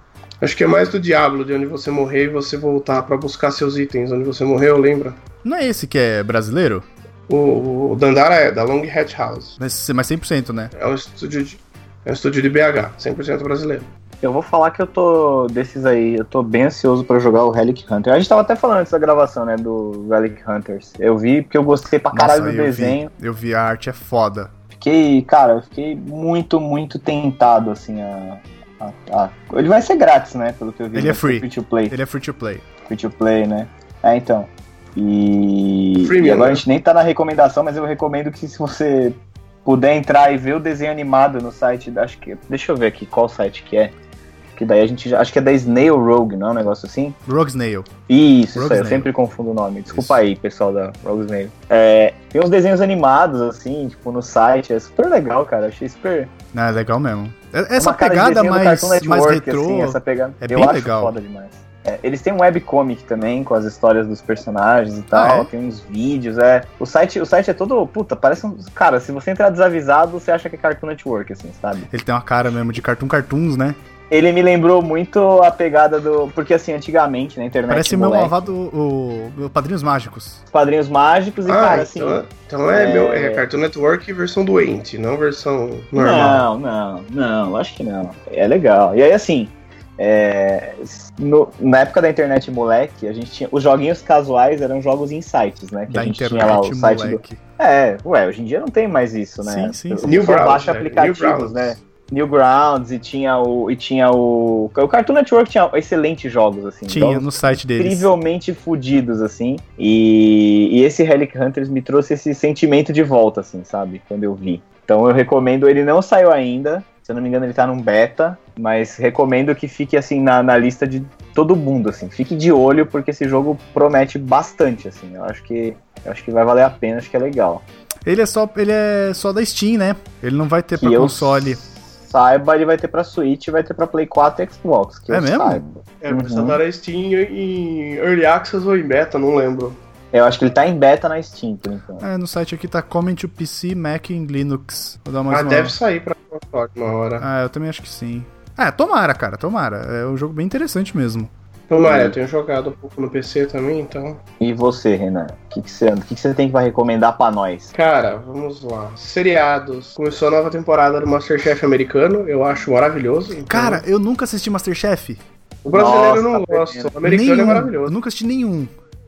A: Acho que é mais do Diablo, de onde você morrer e você voltar pra buscar seus itens. Onde você morreu, lembra?
B: Não é esse que é brasileiro?
A: O, o- o Dandara é da Long Hat House.
B: Mas mas 100%, né?
A: É um estúdio de, é um estúdio de BH, 100% brasileiro.
C: Eu vou falar que eu tô desses aí, eu tô bem ansioso pra jogar o Relic Hunter. A gente tava até falando antes da gravação, né, do Relic Hunters. Eu vi porque eu gostei pra caralho
B: Nossa,
C: do
B: eu
C: desenho.
B: Vi, eu vi a arte, é foda.
C: Fiquei, cara, eu fiquei muito, muito tentado, assim, a, a- a- Ele vai ser grátis, né, pelo que eu vi.
B: Ele
C: vai
B: é free.
C: ser Free to play,
B: Ele é free to play.
C: free to play, né. É, então. E,
A: Freemium,
C: e agora a
A: né?
C: gente nem tá na recomendação, mas eu recomendo que se você puder entrar e ver o desenho animado no site, da- acho que... Deixa eu ver aqui qual site que é. Que daí a gente já... Acho que é da Snail Rogue, não é um negócio assim?
B: Rogue Snail.
C: Isso, isso aí, eu
B: Roguesnail.
C: sempre confundo o nome. Desculpa
B: Isso.
C: aí, pessoal da Roguesnail. É, tem uns desenhos animados, assim, tipo, no site. É super legal, cara. Achei super.
B: Ah, é legal mesmo. É-
C: é
B: Essa
C: uma cara de
B: pegada
C: desenho do
B: mais,
C: Cartoon
B: mais
C: Network,
B: retrô.
C: assim, essa pegada.
B: é
C: eu
B: bem
C: acho
B: legal.
C: foda demais. É, eles têm um webcomic também, com as histórias dos personagens e tal.
B: Ah, é?
C: Tem uns vídeos, é. O site, o site é todo. Puta, parece um. Cara, se você entrar desavisado, você acha que é Cartoon Network, assim, sabe?
B: Ele tem uma cara mesmo de Cartoon Cartoons, né?
C: Ele me lembrou muito a pegada do. Porque, assim, antigamente na internet.
B: Parece meu
C: moleque,
B: malvado, o, o Padrinhos Mágicos.
C: os Padrinhos mágicos e,
B: Ah,
C: cara, assim.
A: então, é- então é,
C: é-
A: Meu, é Cartoon Network versão doente, não versão normal.
C: Não, não, não, acho que não. É legal. E aí, assim, é, no- na época da internet moleque, a gente tinha. Os joguinhos casuais eram jogos em sites, né? Que a
B: Da
C: gente
B: internet,
C: tinha lá o site do.
B: moleque.
C: É, ué, hoje em dia não tem mais isso, né?
B: Sim, sim, sim.
C: New
A: Newgrounds,
C: baixa
A: né?
C: aplicativos,
A: Newgrounds.
C: né? Newgrounds e tinha o. E tinha o. O Cartoon Network tinha excelentes jogos, assim.
B: Tinha
C: jogos
B: no site deles.
C: incrivelmente fudidos, assim. E, e esse Relic Hunters me trouxe esse sentimento de volta, assim, sabe? Quando eu vi. Então eu recomendo, ele não saiu ainda. Se eu não me engano, ele tá num beta, mas recomendo que fique assim na, na lista de todo mundo, assim. Fique de olho, porque esse jogo promete bastante, assim. Eu acho que, eu acho que vai valer a pena, acho que é legal.
B: Ele é só, ele é só da Steam, né? Ele não vai ter pra
C: Que eu
B: console.
C: Saiba, ele vai ter pra Switch, vai ter pra Play 4 e Xbox. Que
B: É
C: eu
B: mesmo?
C: saiba.
A: É, uhum. na Steam em Early Access ou em Beta, não lembro.
C: Eu acho que ele tá em beta na Steam, por enquanto.
B: É, no site aqui tá Comment to PC, Mac e Linux. Vou dar mais
A: Ah,
B: uma
A: deve sair pra console uma hora.
B: Ah, eu também acho que sim. Ah, tomara, cara, tomara. É um jogo bem interessante mesmo.
A: Tomara,
B: Uhum.
A: eu tenho jogado um pouco no PC também, então.
C: E você, Renan? O que, que, você, o que, que você tem que vai recomendar pra nós?
A: Cara, vamos lá. Seriados. Começou a nova temporada do Masterchef americano, eu acho maravilhoso. então-
B: Cara, eu nunca assisti Masterchef.
A: o brasileiro eu não
C: Nossa, tá
A: gosta, o americano
B: Nenhum.
A: é
B: Eu
A: maravilhoso.
B: nunca assisti nenhum.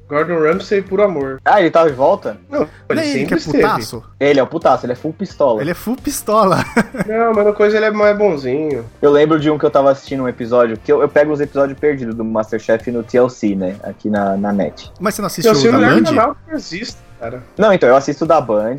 A: Gordon Ramsay por amor.
C: Ah, ele tá de volta?
A: Não, ele
B: Nem ele
A: sempre
B: que é
A: esteve.
B: putaço.
C: Ele é o putaço, ele é full pistola.
B: Ele é full pistola.
A: Não, mas uma coisa ele é mais bonzinho.
C: Eu lembro de um que eu tava assistindo um episódio, que eu, eu pego os episódios perdidos do Masterchef no TLC, né? Aqui na, na net.
B: Mas você não assistiu
A: Eu sei o
B: o da
A: melhor
B: Band?
A: canal é que existe, cara.
C: Não, então, eu assisto da Band,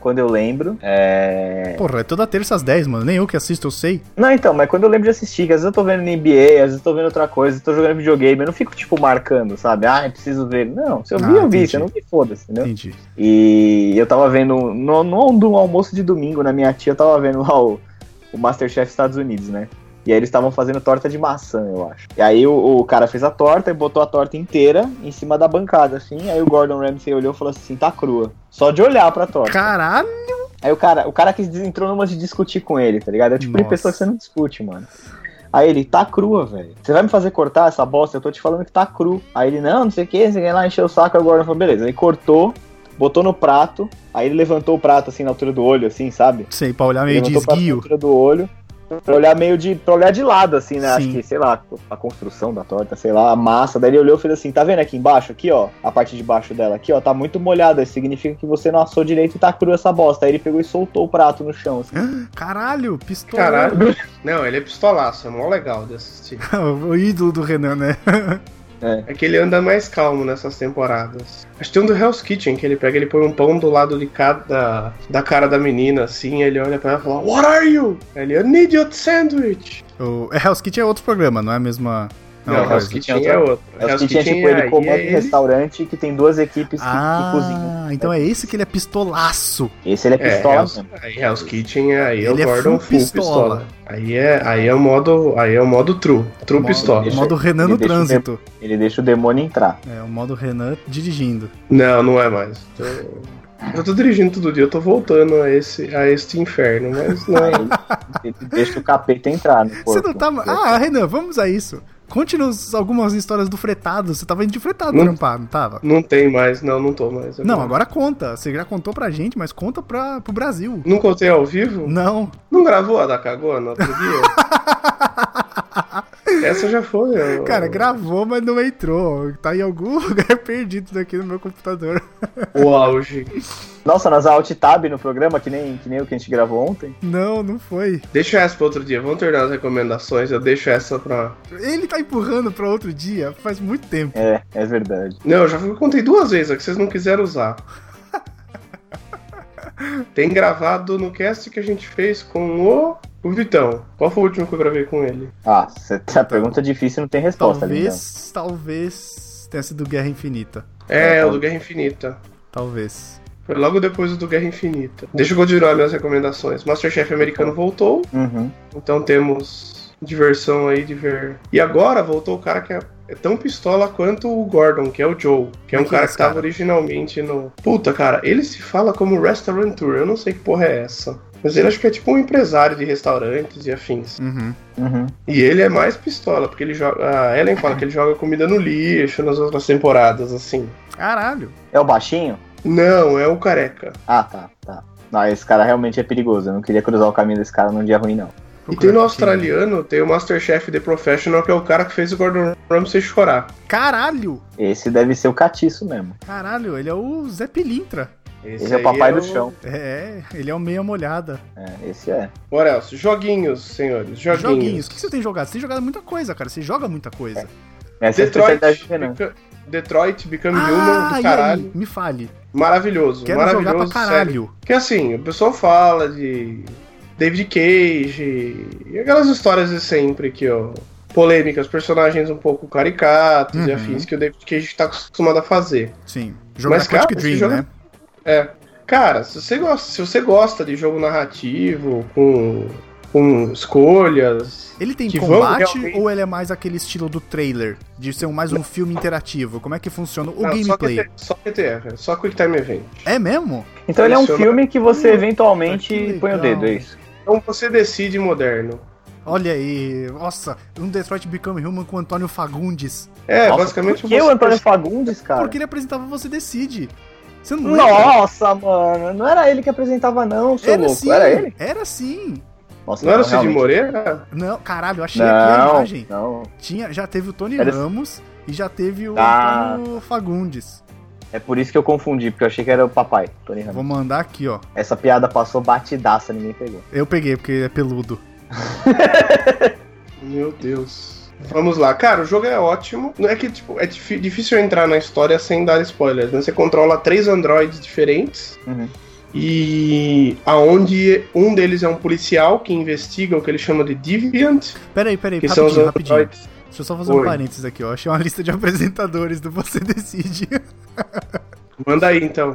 C: quando eu lembro. É...
B: Porra, é toda terça às 10, mano. Nem eu que assisto, eu sei.
C: Não, então, mas quando eu lembro de assistir, que às vezes eu tô vendo NBA, às vezes eu tô vendo outra coisa, eu tô jogando videogame, eu não fico, tipo, marcando, sabe? Ah, eu preciso ver. Não, se eu vi,
B: Ah,
C: eu vi,
B: entendi.
C: se eu não vi, foda-se,
A: É.
C: entendeu?
B: Entendi.
C: E eu tava vendo, no, no, no almoço de domingo, na minha tia, eu tava vendo lá o, o Masterchef Estados Unidos, né? E aí eles estavam fazendo torta de maçã, eu acho. E aí o, o cara fez a torta e botou a torta inteira em cima da bancada, assim. Aí o Gordon Ramsay olhou e falou assim, tá crua. Só de olhar pra torta.
B: Caralho!
C: Aí o cara, o cara que entrou numa de discutir com ele, tá ligado? É o tipo de
B: Nossa.
C: pessoa que você não discute, mano. Aí ele, tá crua, velho. Você vai me fazer cortar essa bosta? Eu tô te falando que tá cru. Aí ele, não, não sei o que, você quer lá encher o saco agora. Eu falei, beleza. Ele cortou, botou no prato, aí ele levantou o prato assim na altura do olho, assim, sabe?
B: Sei, pra olhar meio de
C: levantou o prato na
B: esguio.
C: altura do olho. Pra olhar meio de. Pra olhar de lado, assim, né? Acho
B: Sim.
C: que, sei lá, a construção da torta, sei lá, a massa. Daí ele olhou e fez assim, tá vendo aqui embaixo, aqui, ó? A parte de baixo dela aqui, ó, tá muito molhada. Isso significa que você não assou direito e tá cru essa bosta. Aí ele pegou e soltou o prato no chão, assim.
B: Caralho, pistola.
A: Caralho. Não, ele é pistolaço, é mó legal de assistir.
B: o ídolo do Renan, né?
A: É que ele anda mais calmo nessas temporadas. Acho que tem um do Hell's Kitchen que ele pega, ele põe um pão do lado de cada da cara da menina, assim, ele olha pra ela e fala, What are you? Aí Ele, I need your sandwich.
B: O é, Hell's Kitchen é outro programa, não é a mesma.
A: Não,
B: é uma
A: Hell's
B: coisa.
A: Kitchen é outro.
C: É o que tinha, tipo, ele
A: aí, é
C: comanda um
A: ele-
C: restaurante que tem duas equipes que, que cozinham.
B: Ah, então é esse que ele é pistolaço.
C: Esse ele é
A: É,
C: pistola
A: Hell's,
C: mesmo.
A: aí Hell's Kitchen é aí
B: Ele
A: é
B: é
A: o Gordon
B: full
A: full
B: pistola.
A: pistola. Aí é aí é o modo aí é o modo true, true
B: Modo-
A: pistola.
B: O modo Renan
C: ele
B: no
C: deixa o
B: trânsito.
C: Ele deixa o demônio entrar.
B: É, o modo Renan dirigindo.
A: Não, não é mais. Tô- Eu tô dirigindo todo dia, eu tô voltando a esse a este inferno, mas não.
C: Aí ele deixa o capeta entrar no corpo.
B: Você não tá. Ah, Renan, vamos a isso. Conte-nos algumas histórias do fretado. Você tava indo de fretado
A: Não-
B: trampar, não tava?
A: Não tem mais, não, não tô mais.
B: Não, agora conta. Você já contou pra gente, mas conta pra, pro Brasil.
A: Não contei ao vivo?
B: Não.
A: Não gravou a da cagona outro dia? Essa já foi. né? Eu...
B: Cara, gravou, mas não entrou. Tá em algum lugar perdido aqui no meu computador.
A: O auge.
C: Nossa, nós alt tab no programa, que nem, que nem o que a gente gravou ontem.
B: Não, não foi.
A: Deixa essa pra outro dia. Vamos tornar as recomendações. Eu deixo essa pra.
B: Ele tá empurrando pra outro dia faz muito tempo.
C: É, é verdade.
A: Não, eu já contei duas vezes, é que vocês não quiseram usar. Tem gravado no cast que a gente fez com o. O Vitão. Qual foi o último que eu gravei com ele?
C: Ah, cê- a pergunta difícil não tem resposta, ali. né?
B: Talvez, talvez tenha sido Guerra Infinita.
A: É, o do Guerra Infinita.
B: Talvez.
A: Foi logo depois do do Guerra Infinita. Deixa eu continuar minhas recomendações. Masterchef americano voltou.
C: Uhum.
A: Então temos diversão aí de ver. E agora voltou o cara que é, é tão pistola quanto o Gordon, que é o Joe, que é um
B: Mas quem é
A: cara
B: esse
A: que tava
B: cara?
A: originalmente no. Puta, cara, ele se fala como Restaurant Tour, eu não sei que porra é essa. Mas ele acho que é tipo um empresário de restaurantes e afins.
B: Uhum.
C: Uhum.
A: E ele é mais pistola, porque ele joga. A Ellen fala que ele joga comida no lixo nas outras temporadas, assim.
B: Caralho.
C: É o baixinho?
A: Não, é o careca.
C: Ah, tá, tá. Não, esse cara realmente é perigoso. Eu não queria cruzar o caminho desse cara num dia ruim,
A: E
C: não.
A: tem no
B: Procurar aqui.
A: australiano, tem o Masterchef The Professional, que é o cara que fez o Gordon Ramsay chorar.
B: Caralho.
C: Esse deve ser o catiço mesmo.
B: Caralho, ele é o Zé Pilintra.
C: Esse, é o papai do chão.
B: É, ele é o meia molhada.
C: É, esse é.
A: Bora, Elcio. Joguinhos, senhores. Joguinhos.
B: Joguinhos. O que você tem jogado? Você tem jogado muita coisa, cara. Você joga muita coisa.
C: Essa é a
A: Detroit,
C: especialidade do Renan.
A: Beca- Detroit Become Human
B: Ah, e
A: do
B: aí?
A: Ah, caralho.
B: Me fale.
A: Maravilhoso.
B: Quero jogar
A: maravilhoso,
B: pra
A: sério.
B: caralho.
A: Que assim, o pessoal fala de David Cage, e aquelas histórias de sempre que, ó, polêmicas, personagens um pouco caricatos e
B: Uhum.
A: afins que o David Cage tá acostumado a fazer.
B: Sim. Jogar
A: Mas,
B: Quantic
A: cara, esse
B: Dream,
A: jogo-
B: né?
A: É. Cara, se você gosta, se você gosta de jogo narrativo, com, com escolhas.
B: Ele tem
A: que vão
B: combate
A: realmente-
B: ou ele é mais aquele estilo do trailer? De ser um- mais um filme interativo? Como é que funciona o
A: Não,
B: gameplay?
A: Só QTF, só, QTF, só Quick Time Event.
B: É mesmo?
C: Então ele é um
A: Funciona.
C: filme que você
B: Puta,
C: eventualmente
B: que
C: põe o
B: legal.
C: dedo, é isso.
A: Então você decide moderno.
B: Olha aí. Nossa, um Detroit Become Human com o Antônio Fagundes.
A: É,
C: Nossa,
A: basicamente
C: Por que o
A: você-
C: Antônio Fagundes, cara?
B: Porque ele apresentava Você Decide. Você não lembra?
C: Nossa, mano, não era ele que apresentava, não, seu louco.
B: sim.
C: Era ele?
B: Era assim. sim.
C: Nossa,
A: Não era o
C: então,
A: Cid
C: realmente.
A: Moreira?
B: Não, caralho, eu achei aqui é a
C: Não,
B: imagem.
C: não.
B: Tinha, já teve o Tony
C: Era-
B: Ramos e já teve o
C: Ah.
B: Antônio Fagundes.
C: É por isso que eu confundi, porque eu achei que era o papai, Tony
A: É.
C: Ramos.
B: Vou mandar aqui, ó.
C: Essa piada passou batidaça, ninguém pegou.
B: Eu peguei, porque é peludo.
A: Meu Deus. Vamos lá, cara, o jogo é ótimo. Não é que, tipo, é difí- difícil entrar na história sem dar spoilers, né? Você controla três androides diferentes.
C: Uhum.
A: E aonde um deles é um policial que investiga o que ele chama de Deviant,
B: Peraí, peraí,
A: que são os
B: rapidinho, rapidinho.
A: androides.
B: Deixa eu só fazer um
A: Oi.
B: parênteses aqui, ó. Achei uma lista de apresentadores do Você Decide.
A: Manda aí então.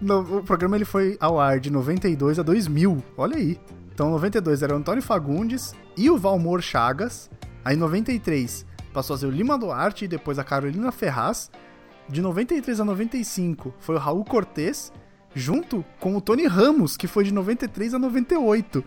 B: No- o programa ele foi ao ar de 92 a 2000. Olha aí. Então, 92 era o Antônio Fagundes e o Valmor Chagas. Aí, em 93, passou a ser o Lima Duarte e depois a Carolina Ferraz. De 93 a 95 foi o Raul Cortez, junto com o Tony Ramos, que foi de 93 a 98.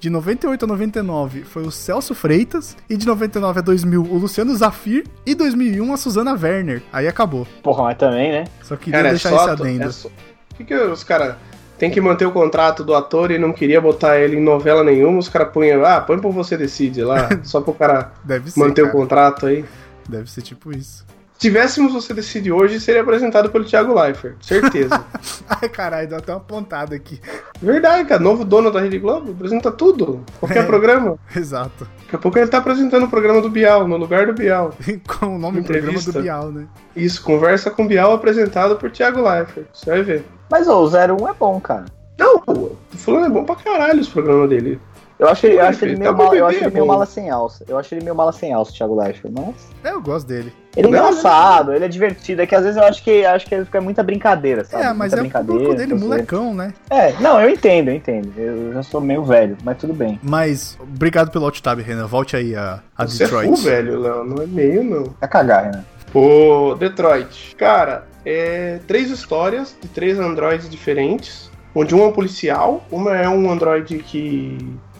B: De 98 a 99 foi o Celso Freitas. E de 99 a 2000 o Luciano Zafir. E 2001 a Suzana Werner. Aí acabou.
C: Porra, mas também, né?
B: Só queria
A: Cara, é
B: deixar
A: só.
B: esse adendo.
A: É só... Por que, que os caras tem que manter o contrato do ator e não queria botar ele em novela nenhuma? Os caras põem lá, ah, põe por você decide lá, só pro cara
B: Deve ser.
A: manter o
B: cara.
A: contrato aí.
B: Deve ser tipo isso.
A: Se tivéssemos Você Decide hoje, seria apresentado pelo Thiago Leifert, certeza.
B: Ai, caralho, deu até uma pontada aqui.
A: Verdade, cara, novo dono da Rede Globo, apresenta tudo, qualquer
B: É.
A: programa.
B: Exato.
A: Daqui a pouco ele tá apresentando o programa do Bial, no lugar do Bial.
B: Com o nome do programa do
A: Entrevista.
B: Bial, né?
A: Isso, conversa com Bial apresentado por Thiago Leifert, você vai ver.
C: Mas ô, o 01 é bom, cara.
A: Não, o fulano é bom pra caralho os programas dele.
C: Eu acho, ele- eu acho
A: Ele
C: ele
A: tá
C: meio
A: pra
C: mal, eu
A: beber,
C: acho ele meio
A: mano.
C: mala sem alça. Eu acho ele meio mala sem alça, Thiago Leifert, mas.
B: É, eu gosto dele.
C: Ele é
A: Não,
C: engraçado, ele é divertido. É que às vezes eu acho que acho que ele fica muita brincadeira,
A: Tá
C: sabe?
B: é, mas
C: muita
B: é o público dele,
C: não sei.
B: molecão, né?
C: É, não, eu entendo, eu entendo. Eu já sou meio velho, mas tudo bem.
B: Mas, obrigado pelo alt tab, Renan. Volte aí a, a
A: Você
B: Detroit.
A: é full, velho, Léo, não é meio, não.
C: Tá cagar, Renan.
A: Pô, Detroit. Cara, é três histórias de três androides diferentes, onde um é um policial, uma é um androide que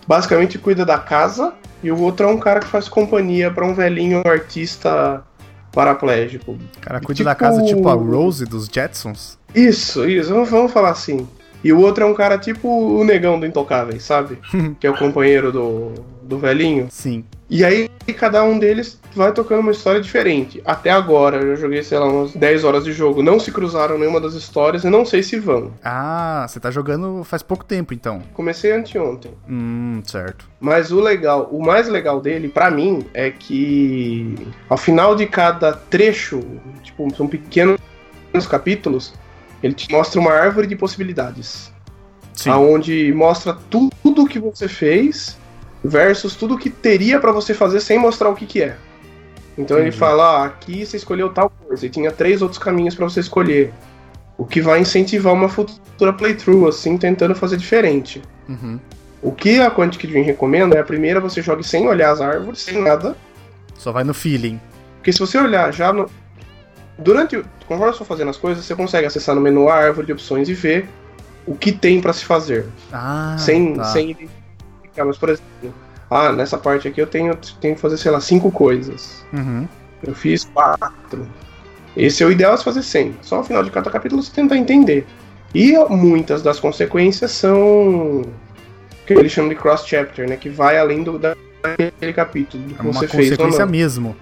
A: basicamente cuida da casa, e o outro é um cara que faz companhia pra um velhinho artista paraplégico.
B: Cara, cuida
A: Tipo-
B: da casa tipo a Rose dos Jetsons.
A: Isso, isso, vamos, vamos falar assim. E o outro é um cara tipo o negão do Intocáveis, sabe? que é o companheiro do, do velhinho.
B: Sim.
A: E aí cada um deles vai tocando uma história diferente. Até agora, eu joguei, sei lá, umas 10 horas de jogo. Não se cruzaram nenhuma das histórias e não sei se vão.
B: Ah, você tá jogando faz pouco tempo, então.
A: Comecei anteontem.
B: Hum, certo.
A: Mas o legal, o mais legal dele, pra mim, é que ao final de cada trecho, tipo, são pequenos capítulos, ele te mostra uma árvore de possibilidades.
B: Sim.
A: Ah, Aonde mostra tu- tudo o que você fez versus tudo que teria pra você fazer sem mostrar o que que é. Então ele
B: Entendi.
A: fala, ah, aqui você escolheu tal coisa e tinha três outros caminhos pra você escolher. O que vai incentivar uma futura playthrough, assim, tentando fazer diferente.
B: Uhum.
A: O que a Quantic Dream recomenda é a primeira você jogue sem olhar as árvores, sem nada,
B: Só vai no feeling.
A: porque se você olhar já no. Durante. o- Conforme você for fazendo as coisas, você consegue acessar no menu a árvore de opções e ver o que tem pra se fazer.
B: Ah,
A: sem,
B: tá.
A: sem identificar. Mas, por exemplo, ah, nessa parte aqui eu tenho, tenho que fazer, sei lá, cinco coisas.
B: Uhum.
A: Eu fiz quatro. Esse é o ideal é se fazer 100. Só no final de cada capítulo você tentar entender. E muitas das consequências são o que eles chamam de cross-chapter, né? Que vai além do, da- daquele capítulo, do que
B: É uma
A: você fez ou
B: consequência
A: não.
B: mesmo.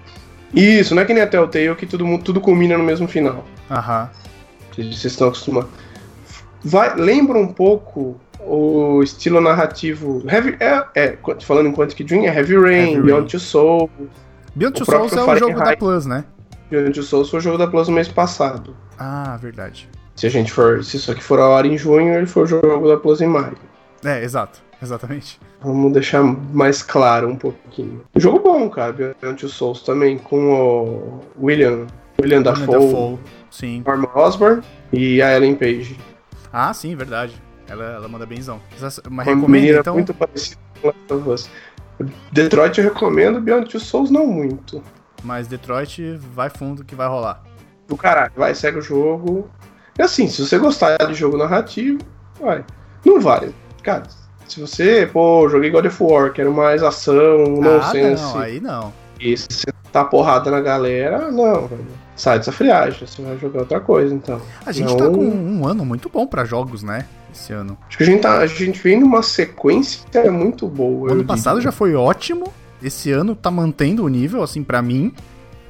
A: Isso, não é que nem a Telltale que todo mundo, tudo culmina no mesmo final
B: Aham.
A: que vocês estão acostumados. Vai- lembra um pouco o estilo narrativo. Heavy, é, é, qu- falando em Quantic Dream, é Heavy Rain,
B: Heavy Rain.
A: Beyond Two Souls.
B: Beyond
A: O
B: Two
A: próprio
B: Souls é o jogo da
A: Fahrenheit.
B: Plus, né?
A: Beyond Two Souls foi o jogo da Plus no mês passado.
B: Ah, verdade.
A: Se a gente for. Se isso aqui for a hora em junho, ele foi o jogo da Plus em maio.
B: É, exato. Exatamente.
A: Vamos deixar mais claro um pouquinho. Jogo bom, cara. Beyond Two Souls também com o William, William Dafoe,
B: Sim.
A: Norman Osborn e a Ellen Page.
B: Ah, sim, verdade. Ela, ela manda benzão. Mas
A: Uma
B: recomenda
A: menina
B: então.
A: muito parecida com Last of Us. Detroit eu recomendo, Beyond Two Souls não muito.
B: Mas Detroit vai fundo que vai rolar.
A: Do caralho, vai, segue o jogo. E assim, se você gostar de jogo narrativo, vai. Não vale. Cara, se você, pô, joguei God of War, quero mais ação,
B: ah,
A: nonsense.
B: não, aí não.
A: E se você tá porrada na galera, não, velho. Sai dessa friagem, você vai jogar outra coisa, então.
B: A gente
A: Não.
B: tá com um ano muito bom pra jogos, né? Esse ano.
A: Acho que a gente, tá, a gente vem numa sequência muito
B: O
A: boa.
B: ano
A: eu
B: passado
A: diria.
B: já foi ótimo. Esse ano tá mantendo o nível, assim, pra mim.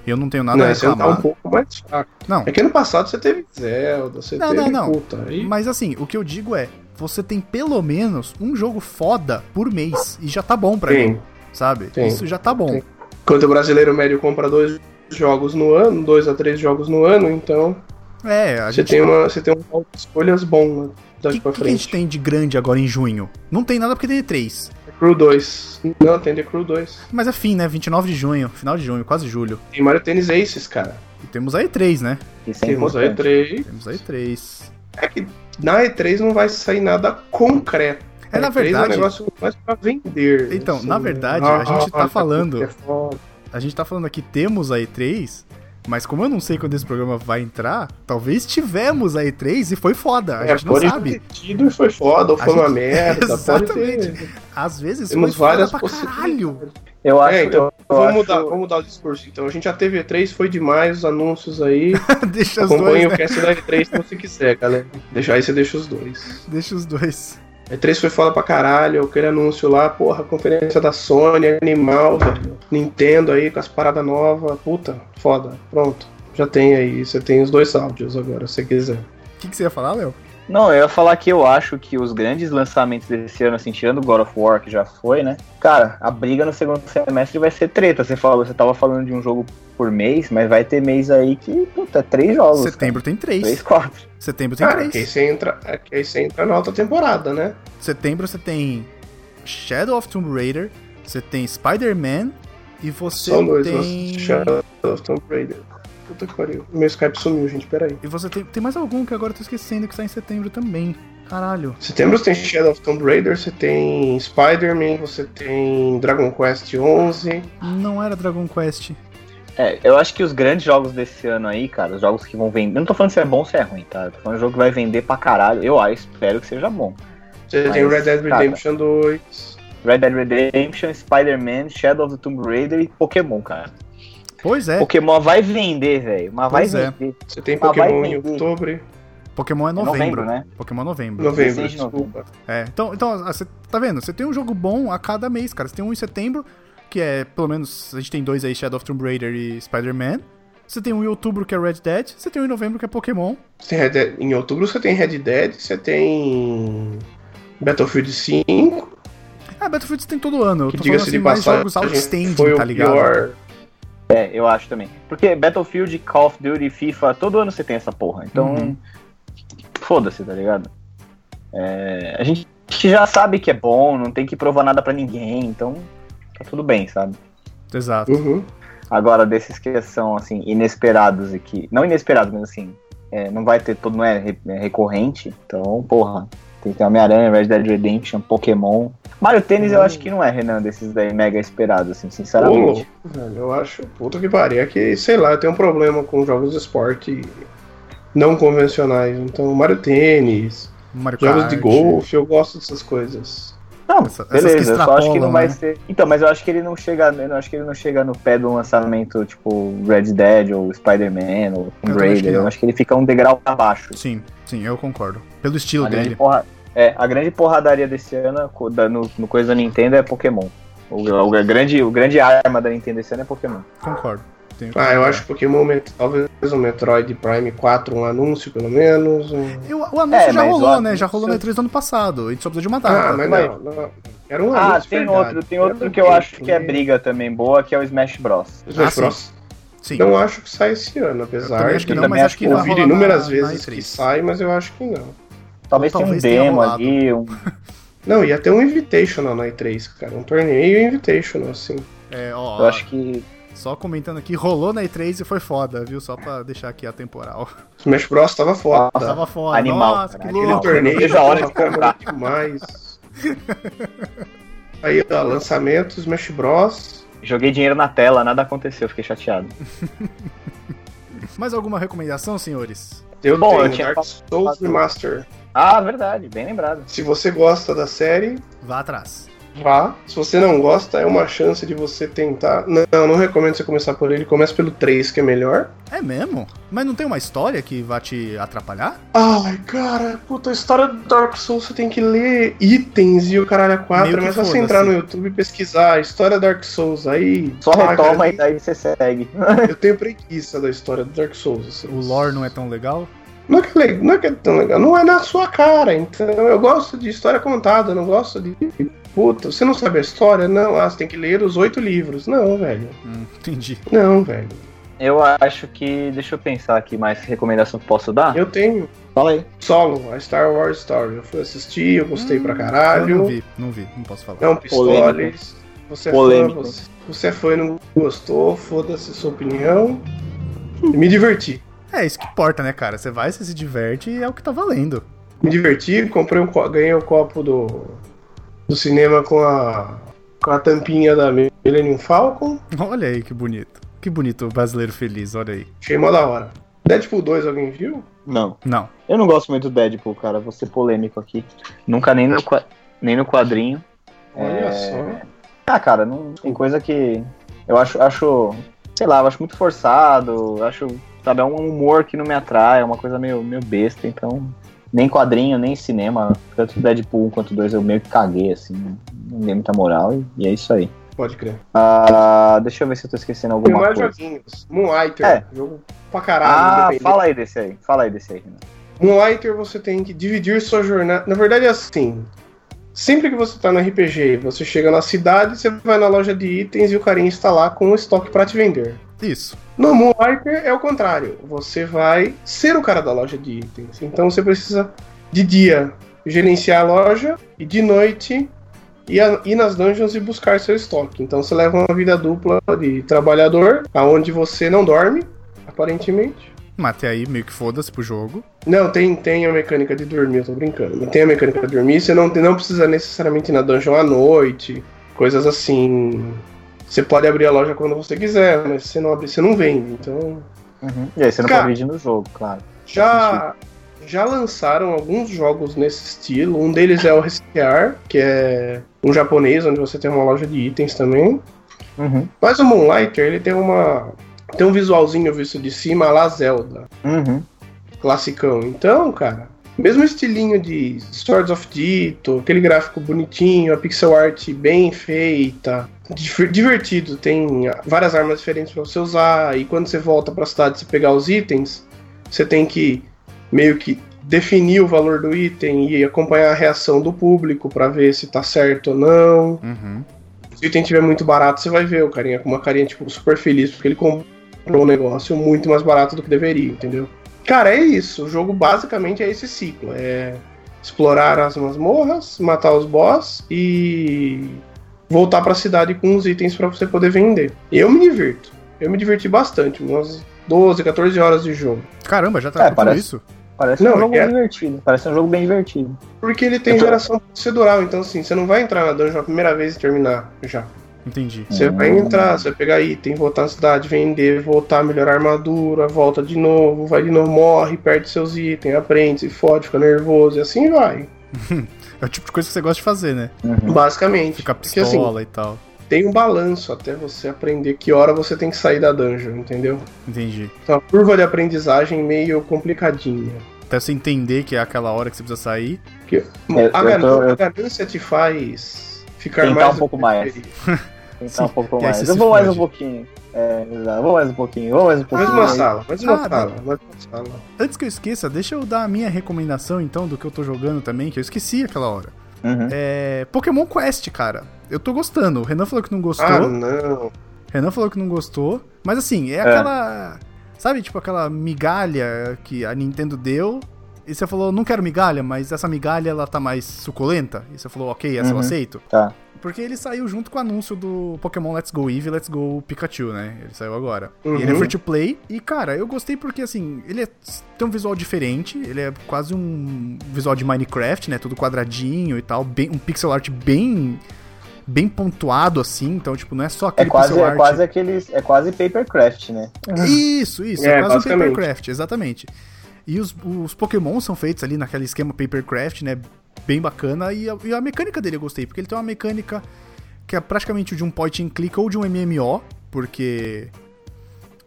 B: Eu não tenho nada
A: Não,
B: a
A: esse ano tá
B: reclamar.
A: um pouco mais fraco.
B: Não.
A: É que ano passado você teve Zelda, você
B: Não,
A: teve
B: não, não.
A: puta. Aí,
B: Mas assim, o que eu digo é, você tem pelo menos um jogo foda por mês. E já tá bom pra mim,
A: tem.
B: sabe?
A: Sim.
B: Isso já tá bom.
A: Sim. Enquanto o brasileiro médio compra dois jogos no ano, dois a três jogos no ano, então
B: É, a
A: você
B: gente
A: tem, uma, você tem um hall de escolhas bom né,
B: O
A: daqui
B: que,
A: pra
B: que a gente
A: frente.
B: tem de grande agora em junho? Não tem nada porque tem E3.
A: The Crew 2. Não, tem The Crew 2.
B: Mas é fim, né? 29 de junho, final de junho, quase julho.
A: Tem Mario Tennis Aces, cara.
B: E temos a E3, né?
C: Isso é
A: Temos a
C: importante.
A: E3.
B: Temos a E3.
A: É que na E3 não vai sair nada concreto.
B: É, na
A: A E3 É um
B: verdade,
A: negócio mais pra vender.
B: Então, na verdade,
A: Ah,
B: a gente tá
A: olha,
B: falando-
A: é foda.
B: a gente tá falando aqui temos a E3, mas como eu não sei quando esse programa vai entrar, talvez tivemos a E3 e foi foda. A
A: É,
B: gente não
A: pode
B: sabe.
A: ter tido e foi foda, ou
B: A
A: foi uma
B: gente-
A: merda.
B: Exatamente.
A: Pode ter.
B: Às vezes
A: Temos
B: foi
A: várias
B: foda pra
A: possibilidades.
B: caralho.
C: Eu acho,
A: É, então,
C: eu
A: vamos,
C: acho-
A: mudar, vamos mudar o discurso. Então, a gente já teve E3, foi demais os anúncios aí.
B: Deixa os dois,
A: Acompanhe
B: né?
A: o cast da E3 se você quiser, galera. Deixa, aí você deixa os dois.
B: Deixa os dois.
A: E3 foi foda pra caralho, aquele anúncio lá, porra, conferência da Sony, animal, velho. Nintendo aí com as paradas novas, puta, foda, pronto. Já tem aí, você tem os dois áudios agora, se você quiser.
B: O que, que você ia falar, Léo?
C: Não, eu ia falar que eu acho que os grandes lançamentos desse ano, assim, tirando God of War, que já foi, né? Cara, a briga no segundo semestre vai ser treta. Você falou, você tava falando de um jogo por mês, mas vai ter mês aí que, puta, três jogos. cara.
B: Setembro tem
C: Três,
B: três.
C: quatro.
B: Setembro tem
A: Cara, é que aí
B: três.
A: você entra, é que aí você entra na outra temporada, né?
B: Setembro você tem Shadow of Tomb Raider, você tem Spider-Man e você
A: São dois,
B: tem.
A: nossa, Shadow of Tomb Raider. Puta que pariu. Meu Skype sumiu, gente, peraí.
B: E você tem. Tem mais algum que agora eu tô esquecendo que tá em setembro também. Caralho.
A: Setembro você tem Shadow of Tomb Raider, você tem Spider-Man, você tem Dragon Quest 11.
B: Não era Dragon Quest.
C: É, eu acho que os grandes jogos desse ano aí, cara, os jogos que vão vender. Eu não tô falando se é bom ou se é ruim, tá? Eu tô falando de jogo que vai vender pra caralho. Eu ah, espero que seja bom.
A: Você
C: Mas,
A: tem Red Dead
C: cara.
A: Redemption 2.
C: Red Dead Redemption, Spider-Man, Shadow of the Tomb Raider e Pokémon, cara.
B: Pois é,
C: Pokémon vai vender, velho. Mas vai
B: Pois é.
C: vender.
A: Você tem
C: Ah, vai
A: Pokémon em
C: vender.
A: outubro.
B: Pokémon é
C: É
B: novembro.
C: novembro, né?
B: Pokémon é novembro.
A: Novembro,
C: 16 de novembro.
A: desculpa.
B: É, então, então ah, você tá vendo? Você tem um jogo bom a cada mês, cara. Você tem um em setembro, que é, pelo menos, a gente tem dois aí, Shadow of Tomb Raider e Spider-Man. Você tem um em outubro que é Red Dead, você tem um em novembro que é Pokémon.
A: Você tem Red Dead- Em outubro você tem Red Dead, você tem Battlefield 5.
B: Ah, Battlefield você tem todo ano. Eu
A: Que
B: tô falando
A: diga-se
B: assim,
A: de
B: mais
A: passagem,
B: jogos outstanding,
A: foi o
B: tá ligado?
A: pior
C: É, eu acho também. Porque Battlefield, Call of Duty, FIFA, todo ano você tem essa porra. Então,
B: Uhum.
C: foda-se, tá ligado? É, a gente já sabe que é bom, não tem que provar nada pra ninguém, então tá tudo bem, sabe?
B: Exato.
A: Uhum.
C: Agora, desses que são, assim, inesperados e que... Não inesperados, mas assim, é, não vai ter todo, não é, re- é recorrente, então, porra... Tem que ter Homem-Aranha, Red Dead Redemption, Pokémon... Mario Tênis eu
A: Hum.
C: acho que não é, Renan, desses daí mega esperados, assim,
A: Ô,
C: sinceramente.
A: louco, velho, eu acho, puta que pariu, é que, sei lá, eu tenho um problema com jogos de esporte não convencionais. Então, Mario Tênis,
B: Mario Kart.
A: jogos de golfe, eu gosto dessas coisas.
C: Não,
B: Essa- essas que
C: beleza, eu só acho que
B: extrapolam,
C: não vai
B: né?
C: ser. Então, mas eu acho que ele não chega, eu não acho que ele não chega no pé do lançamento tipo Red Dead ou Spider-Man ou
B: também
C: Tomb
B: acho que
C: Raider.
B: não.
C: Eu acho que ele fica um degrau abaixo.
B: Sim, sim, eu concordo. Pelo estilo
C: A grande,
B: dele.
C: porra, é, a grande porradaria desse ano co- da- no, no coisa da Nintendo é Pokémon. O, o- a grande, o grande arma da Nintendo esse ano é Pokémon.
B: Concordo. Tenho que
A: Ah, eu
C: É.
B: concordar.
A: acho Pokémon, Met- talvez um Metroid Prime 4, um anúncio pelo menos. um-
B: Eu- o anúncio
C: É,
B: já
C: mas
B: rolou,
C: o
B: né? Já rolou na
C: anúncio-
B: E3 do ano passado. A gente só precisa de uma data. né?
A: Ah, mas
C: Tá, mas-
A: não, não. Era um
C: Ah,
B: é
A: anúncio,
C: tem
A: verdade.
C: outro, tem
A: Era
C: outro
A: um
C: que eu acho que é
A: gameplay.
C: briga também boa, que é o Smash Bros.
A: Smash
B: Ah, sim.
A: Bros.
B: Sim.
A: Não acho que sai esse ano, apesar
B: também
A: de
B: acho que
C: eu
B: não,
C: também
B: mas acho
C: acho
B: que
C: que
B: vai
A: ouvir
B: rolar
A: inúmeras
B: na- na
A: vezes
B: E3.
A: que sai, mas eu acho que não.
C: Talvez,
B: Talvez
C: tenha
B: tenha
C: um demo
B: rolado.
C: ali, um,
A: Não, ia ter um Invitational na E3, cara. Um torneio Invitational, assim.
B: É, ó,
C: Eu acho que.
B: só comentando aqui, rolou na E3 e foi foda, viu? Só pra deixar aqui atemporal.
A: Smash Bros tava foda.
C: Nossa,
B: Tava foda.
C: Animal,
B: Nossa, que
C: cara.
A: Aquele
C: Não,
B: louco.
A: torneio
C: vejo a hora de
A: tava bom demais. Aí, ó, lançamento, Smash Bros.
C: Joguei dinheiro na tela, nada aconteceu, fiquei chateado.
B: Mais alguma recomendação, senhores?
A: Eu
C: Bom, eu
A: tenho
C: tinha
A: Dark
C: falado-
A: Souls Remaster.
C: Ah, verdade, bem lembrado.
A: Se você gosta da série,
B: Vá atrás.
A: vá. Se você não gosta, é uma chance de você tentar. Não, não recomendo você começar por ele. Começa pelo 3, que é melhor.
B: É mesmo? Mas não tem uma história que vá te atrapalhar?
A: Ai, cara, puta, a história do Dark Souls você tem que ler itens e o caralho a
B: Meio
A: 4,
B: que
A: mas só você
B: foda-se.
A: entrar no YouTube e pesquisar a história do Dark Souls aí.
C: Só
A: ah,
C: retoma
A: cara,
C: e daí você segue.
A: Eu tenho preguiça da história do Dark Souls. assim.
B: O lore não é tão legal?
A: Não é, que é le- não é que é tão legal, não é na sua cara, então eu gosto de história contada, eu não gosto de. Puta, você não sabe a história? Não, ah, você tem que ler os oito livros. Não, velho.
B: Hum, entendi.
A: Não, velho.
C: Eu acho que. Deixa eu pensar aqui mais que recomendação que posso dar.
A: Eu tenho
C: Fala aí.
A: solo, a Star Wars Story. Eu fui assistir, eu gostei pra
B: Hum, Eu não
A: caralho.
B: vi, não vi, não posso falar.
A: Não, pistoles. Você é, fã,
C: Polêmico.
A: você, você é fã e não gostou, foda-se sua opinião. Me diverti.
B: É isso que importa, né, cara? Você vai, você se diverte e é o que tá valendo.
A: me diverti, comprei um co- ganhei o copo do, do cinema com a com a tampinha da Millennium Falcon,
B: Olha aí que bonito. Que bonito o brasileiro feliz, olha aí.
A: achei mó da hora. Deadpool 2 alguém viu?
C: Não.
B: Não.
C: Eu não gosto muito do Deadpool, cara. Vou ser polêmico aqui. Nunca nem no, qua- nem no quadrinho.
A: Olha
C: É.
A: só.
C: Ah, cara, não tem coisa que eu acho, acho, sei lá, eu acho muito forçado, eu acho, sabe, é um humor que não me atrai, é uma coisa meio, meio besta, então nem quadrinho, nem cinema, tanto Deadpool 1 quanto 2 eu meio que caguei, assim, não dei muita moral e, e é isso aí.
A: Pode crer.
C: Ah, deixa eu ver se eu assim, tô esquecendo
A: Tem
C: alguma
A: mais
C: coisa.
A: joguinhos. Moonlighter,
C: É.
A: jogo pra caralho.
C: Ah,
A: independente.
C: fala aí desse aí, fala aí desse aí, Renan.
A: Moonlighter Um você tem que dividir sua jornada. Na verdade é assim. Sempre que você tá no RPG, você chega na cidade, você vai na loja de itens e o carinha está lá com o estoque pra te vender.
B: Isso.
A: No Moonlighter é o contrário. Você vai ser o cara da loja de itens. Então você precisa de dia gerenciar a loja e de noite ir, a- ir nas dungeons e buscar seu estoque. Então você leva uma vida dupla de trabalhador, aonde você não dorme, aparentemente.
B: Mas até aí, meio que foda-se pro jogo.
A: Não, tem, tem a mecânica de dormir, eu tô brincando. Não tem a mecânica de dormir, você não, tem- não precisa necessariamente ir na dungeon à noite, coisas assim. Você pode abrir a loja quando você quiser, mas se você não abrir, você não vende. Então.
C: E aí, você não
A: Cara.
C: pode dividir no jogo, claro.
A: Já, já lançaram alguns jogos nesse estilo. Um deles é o Resear, que é um japonês, onde você tem uma loja de itens também.
C: Uhum,
A: Mas o Moonlighter, ele tem uma. Tem um visualzinho visto de cima lá Zelda,
C: uhum.
A: classicão. Então, cara, mesmo estilinho de Swords of Dito, aquele gráfico bonitinho, a pixel art bem feita, diver- divertido, tem várias armas diferentes pra você usar, e quando você volta pra cidade você pegar os itens, você tem que meio que definir o valor do item e acompanhar a reação do público pra ver se tá certo ou não.
B: Uhum.
A: Se o item estiver muito barato, você vai ver o carinha com uma carinha tipo super feliz porque ele comprou um negócio muito mais barato do que deveria, entendeu? Cara, é isso. O jogo basicamente é esse ciclo. É explorar as masmorras, matar os boss e voltar pra cidade com os itens pra você poder vender. Eu me divirto. Eu me diverti bastante, umas 12, 14 horas de jogo.
B: Caramba, já tá
C: É,
B: tudo
C: parece-
B: isso?
C: Parece
A: Não,
C: um jogo
A: é-
C: divertido, parece um jogo bem divertido.
A: Porque ele tem
C: Eu tô-
A: geração procedural, então assim, você não vai entrar na dungeon a primeira vez e terminar já.
B: Entendi.
A: Você
C: Hum.
A: vai entrar, você vai pegar item, voltar na cidade, vender, voltar, melhorar a armadura, volta de novo, vai de novo, morre, perde seus itens, aprende, se fode, fica nervoso, e assim vai.
B: É o tipo de coisa que você gosta de fazer, né?
C: Uhum.
A: Basicamente.
B: Ficar
A: Porque assim,
B: pistola e tal.
A: tem um balanço até você aprender que hora você tem que sair da dungeon, entendeu?
B: Entendi.
A: Então a curva de aprendizagem meio complicadinha.
B: Até você entender que é aquela hora que você precisa sair.
C: Eu-
A: a,
C: eu
A: ganância,
C: tô- eu-
A: a ganância te faz ficar
C: Tentar
A: mais.
C: um pouco mais.
B: Sim,
C: Tentar um pouco
B: e aí você
C: mais. Eu
B: se
C: vou mais um
B: fode.
C: pouquinho. É, exato. Vou mais um pouquinho, vou mais um pouquinho.
A: Mais uma sala, mais uma
B: Ah,
A: sala, mais uma sala.
B: Antes que eu esqueça, deixa eu dar a minha recomendação então do que eu tô jogando também, que eu esqueci aquela hora.
C: Uhum.
B: É. Pokémon Quest, cara. Eu tô gostando. O Renan falou que não gostou.
A: Ah, não.
B: Renan falou que não gostou, mas assim, é,
C: É.
B: aquela. Sabe, tipo aquela migalha que a Nintendo deu E você falou, não quero migalha, mas essa migalha ela tá mais suculenta. E você falou, ok, essa eu
C: Uhum.
B: aceito.
C: Tá.
B: Porque ele saiu junto com o anúncio do Pokémon Let's Go Eevee, Let's Go Pikachu, né? Ele saiu agora.
A: Uhum.
B: E ele é free to play. E, cara, eu gostei porque, assim, ele é- tem um visual diferente. Ele é quase um visual de Minecraft, né? Tudo quadradinho e tal. Bem, um pixel art bem bem pontuado, assim. Então, tipo, não é só
C: É
B: aquele
C: quase,
B: pixel
C: é
B: art.
C: quase aqueles. É quase papercraft, né?
B: Isso, isso.
A: É,
B: É, quase um
A: basicamente.
B: papercraft, exatamente. E os, os Pokémon são feitos ali naquele esquema papercraft, né? Bem bacana. E a, e a mecânica dele eu gostei, porque ele tem uma mecânica que é praticamente de um point and click ou de um MMO, porque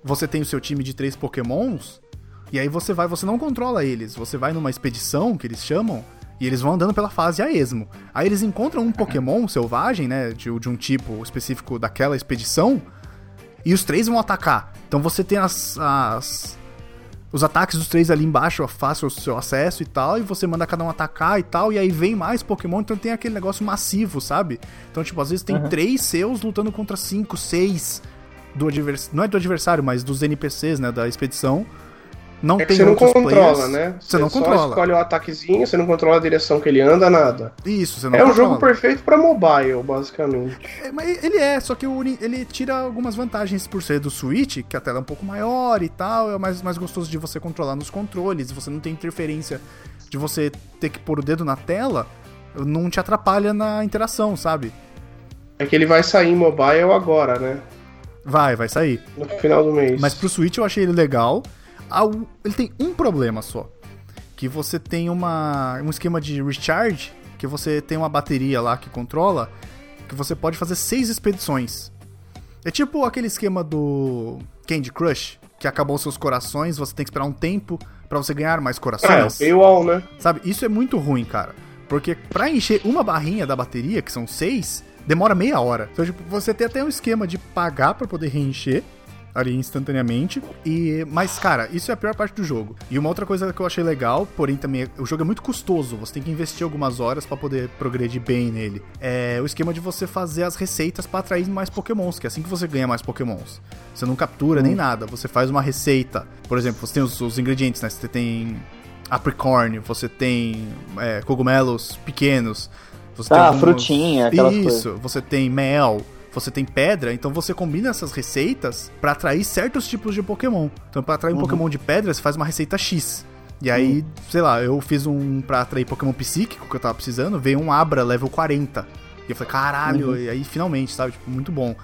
B: você tem o seu time de três Pokémons, e aí você vai, você não controla eles, você vai numa expedição que eles chamam, e eles vão andando pela fase a esmo. Aí eles encontram um Pokémon
A: Uhum.
B: selvagem, né? De, de um tipo específico daquela expedição, e os três vão atacar. Então você tem as. as- os ataques dos três ali embaixo, fácil o seu acesso e tal, e você manda cada um atacar e tal, e aí vem mais Pokémon, então tem aquele negócio massivo, sabe? Então, tipo, às vezes tem
A: Uhum.
B: três seus lutando contra cinco, seis do adversário. Não é do adversário, mas dos NPCs, né? Da expedição. Não
A: É que
B: tem
A: você não
B: outros
A: controla,
B: players.
A: né?
B: Você não
A: só
B: controla.
A: escolhe o ataquezinho, você não controla a direção que ele anda, nada.
B: Isso, você não
A: É um
B: controla.
A: jogo perfeito pra mobile, basicamente.
B: É, mas ele é, só que o Uni- ele tira algumas vantagens por ser do Switch, que a tela é um pouco maior e tal, é mais, mais gostoso de você controlar nos controles, você não tem interferência de você ter que pôr o dedo na tela, não te atrapalha na interação, sabe?
A: É que ele vai sair em mobile agora, né?
B: Vai, vai sair.
A: No final do mês.
B: Mas pro Switch eu achei ele legal. Ah, o- Ele tem um problema só. Que você tem uma, um esquema de recharge, que você tem uma bateria lá que controla, que você pode fazer seis expedições. É tipo aquele esquema do Candy Crush, que acabou seus corações, você tem que esperar um tempo pra você ganhar
A: Ah,
B: mais
A: é o
B: corações.
A: paywall, né?
B: Sabe, isso é muito ruim, cara. Porque pra encher uma barrinha da bateria, que são seis, demora meia hora. Então, tipo, você tem até um esquema de pagar pra poder reencher ali instantaneamente. E mas cara, isso é a pior parte do jogo. E uma outra coisa que eu achei legal, porém também é- o jogo é muito custoso, você tem que investir algumas horas pra poder progredir bem nele. É o esquema de você fazer as receitas pra atrair mais pokémons, que é assim que você ganha mais pokémons. Você não captura
C: Hum.
B: nem nada, você faz uma receita. Por exemplo, você tem os, os ingredientes, né? Você tem apricorn, você tem é, cogumelos pequenos, você tem
C: Ah,
B: algumas-
C: frutinha, aquelas
B: Isso,
C: coisas.
B: você tem mel, você tem pedra, então você combina essas receitas pra atrair certos tipos de Pokémon. Então, pra atrair um
C: Uhum. Hum.
B: Pokémon de pedra, você faz uma receita X. E aí, sei lá, eu fiz um pra atrair Pokémon psíquico que eu tava precisando, veio um Abra level 40. E eu falei, caralho,
C: Uhum.
B: e aí finalmente, sabe? Tipo, muito bom.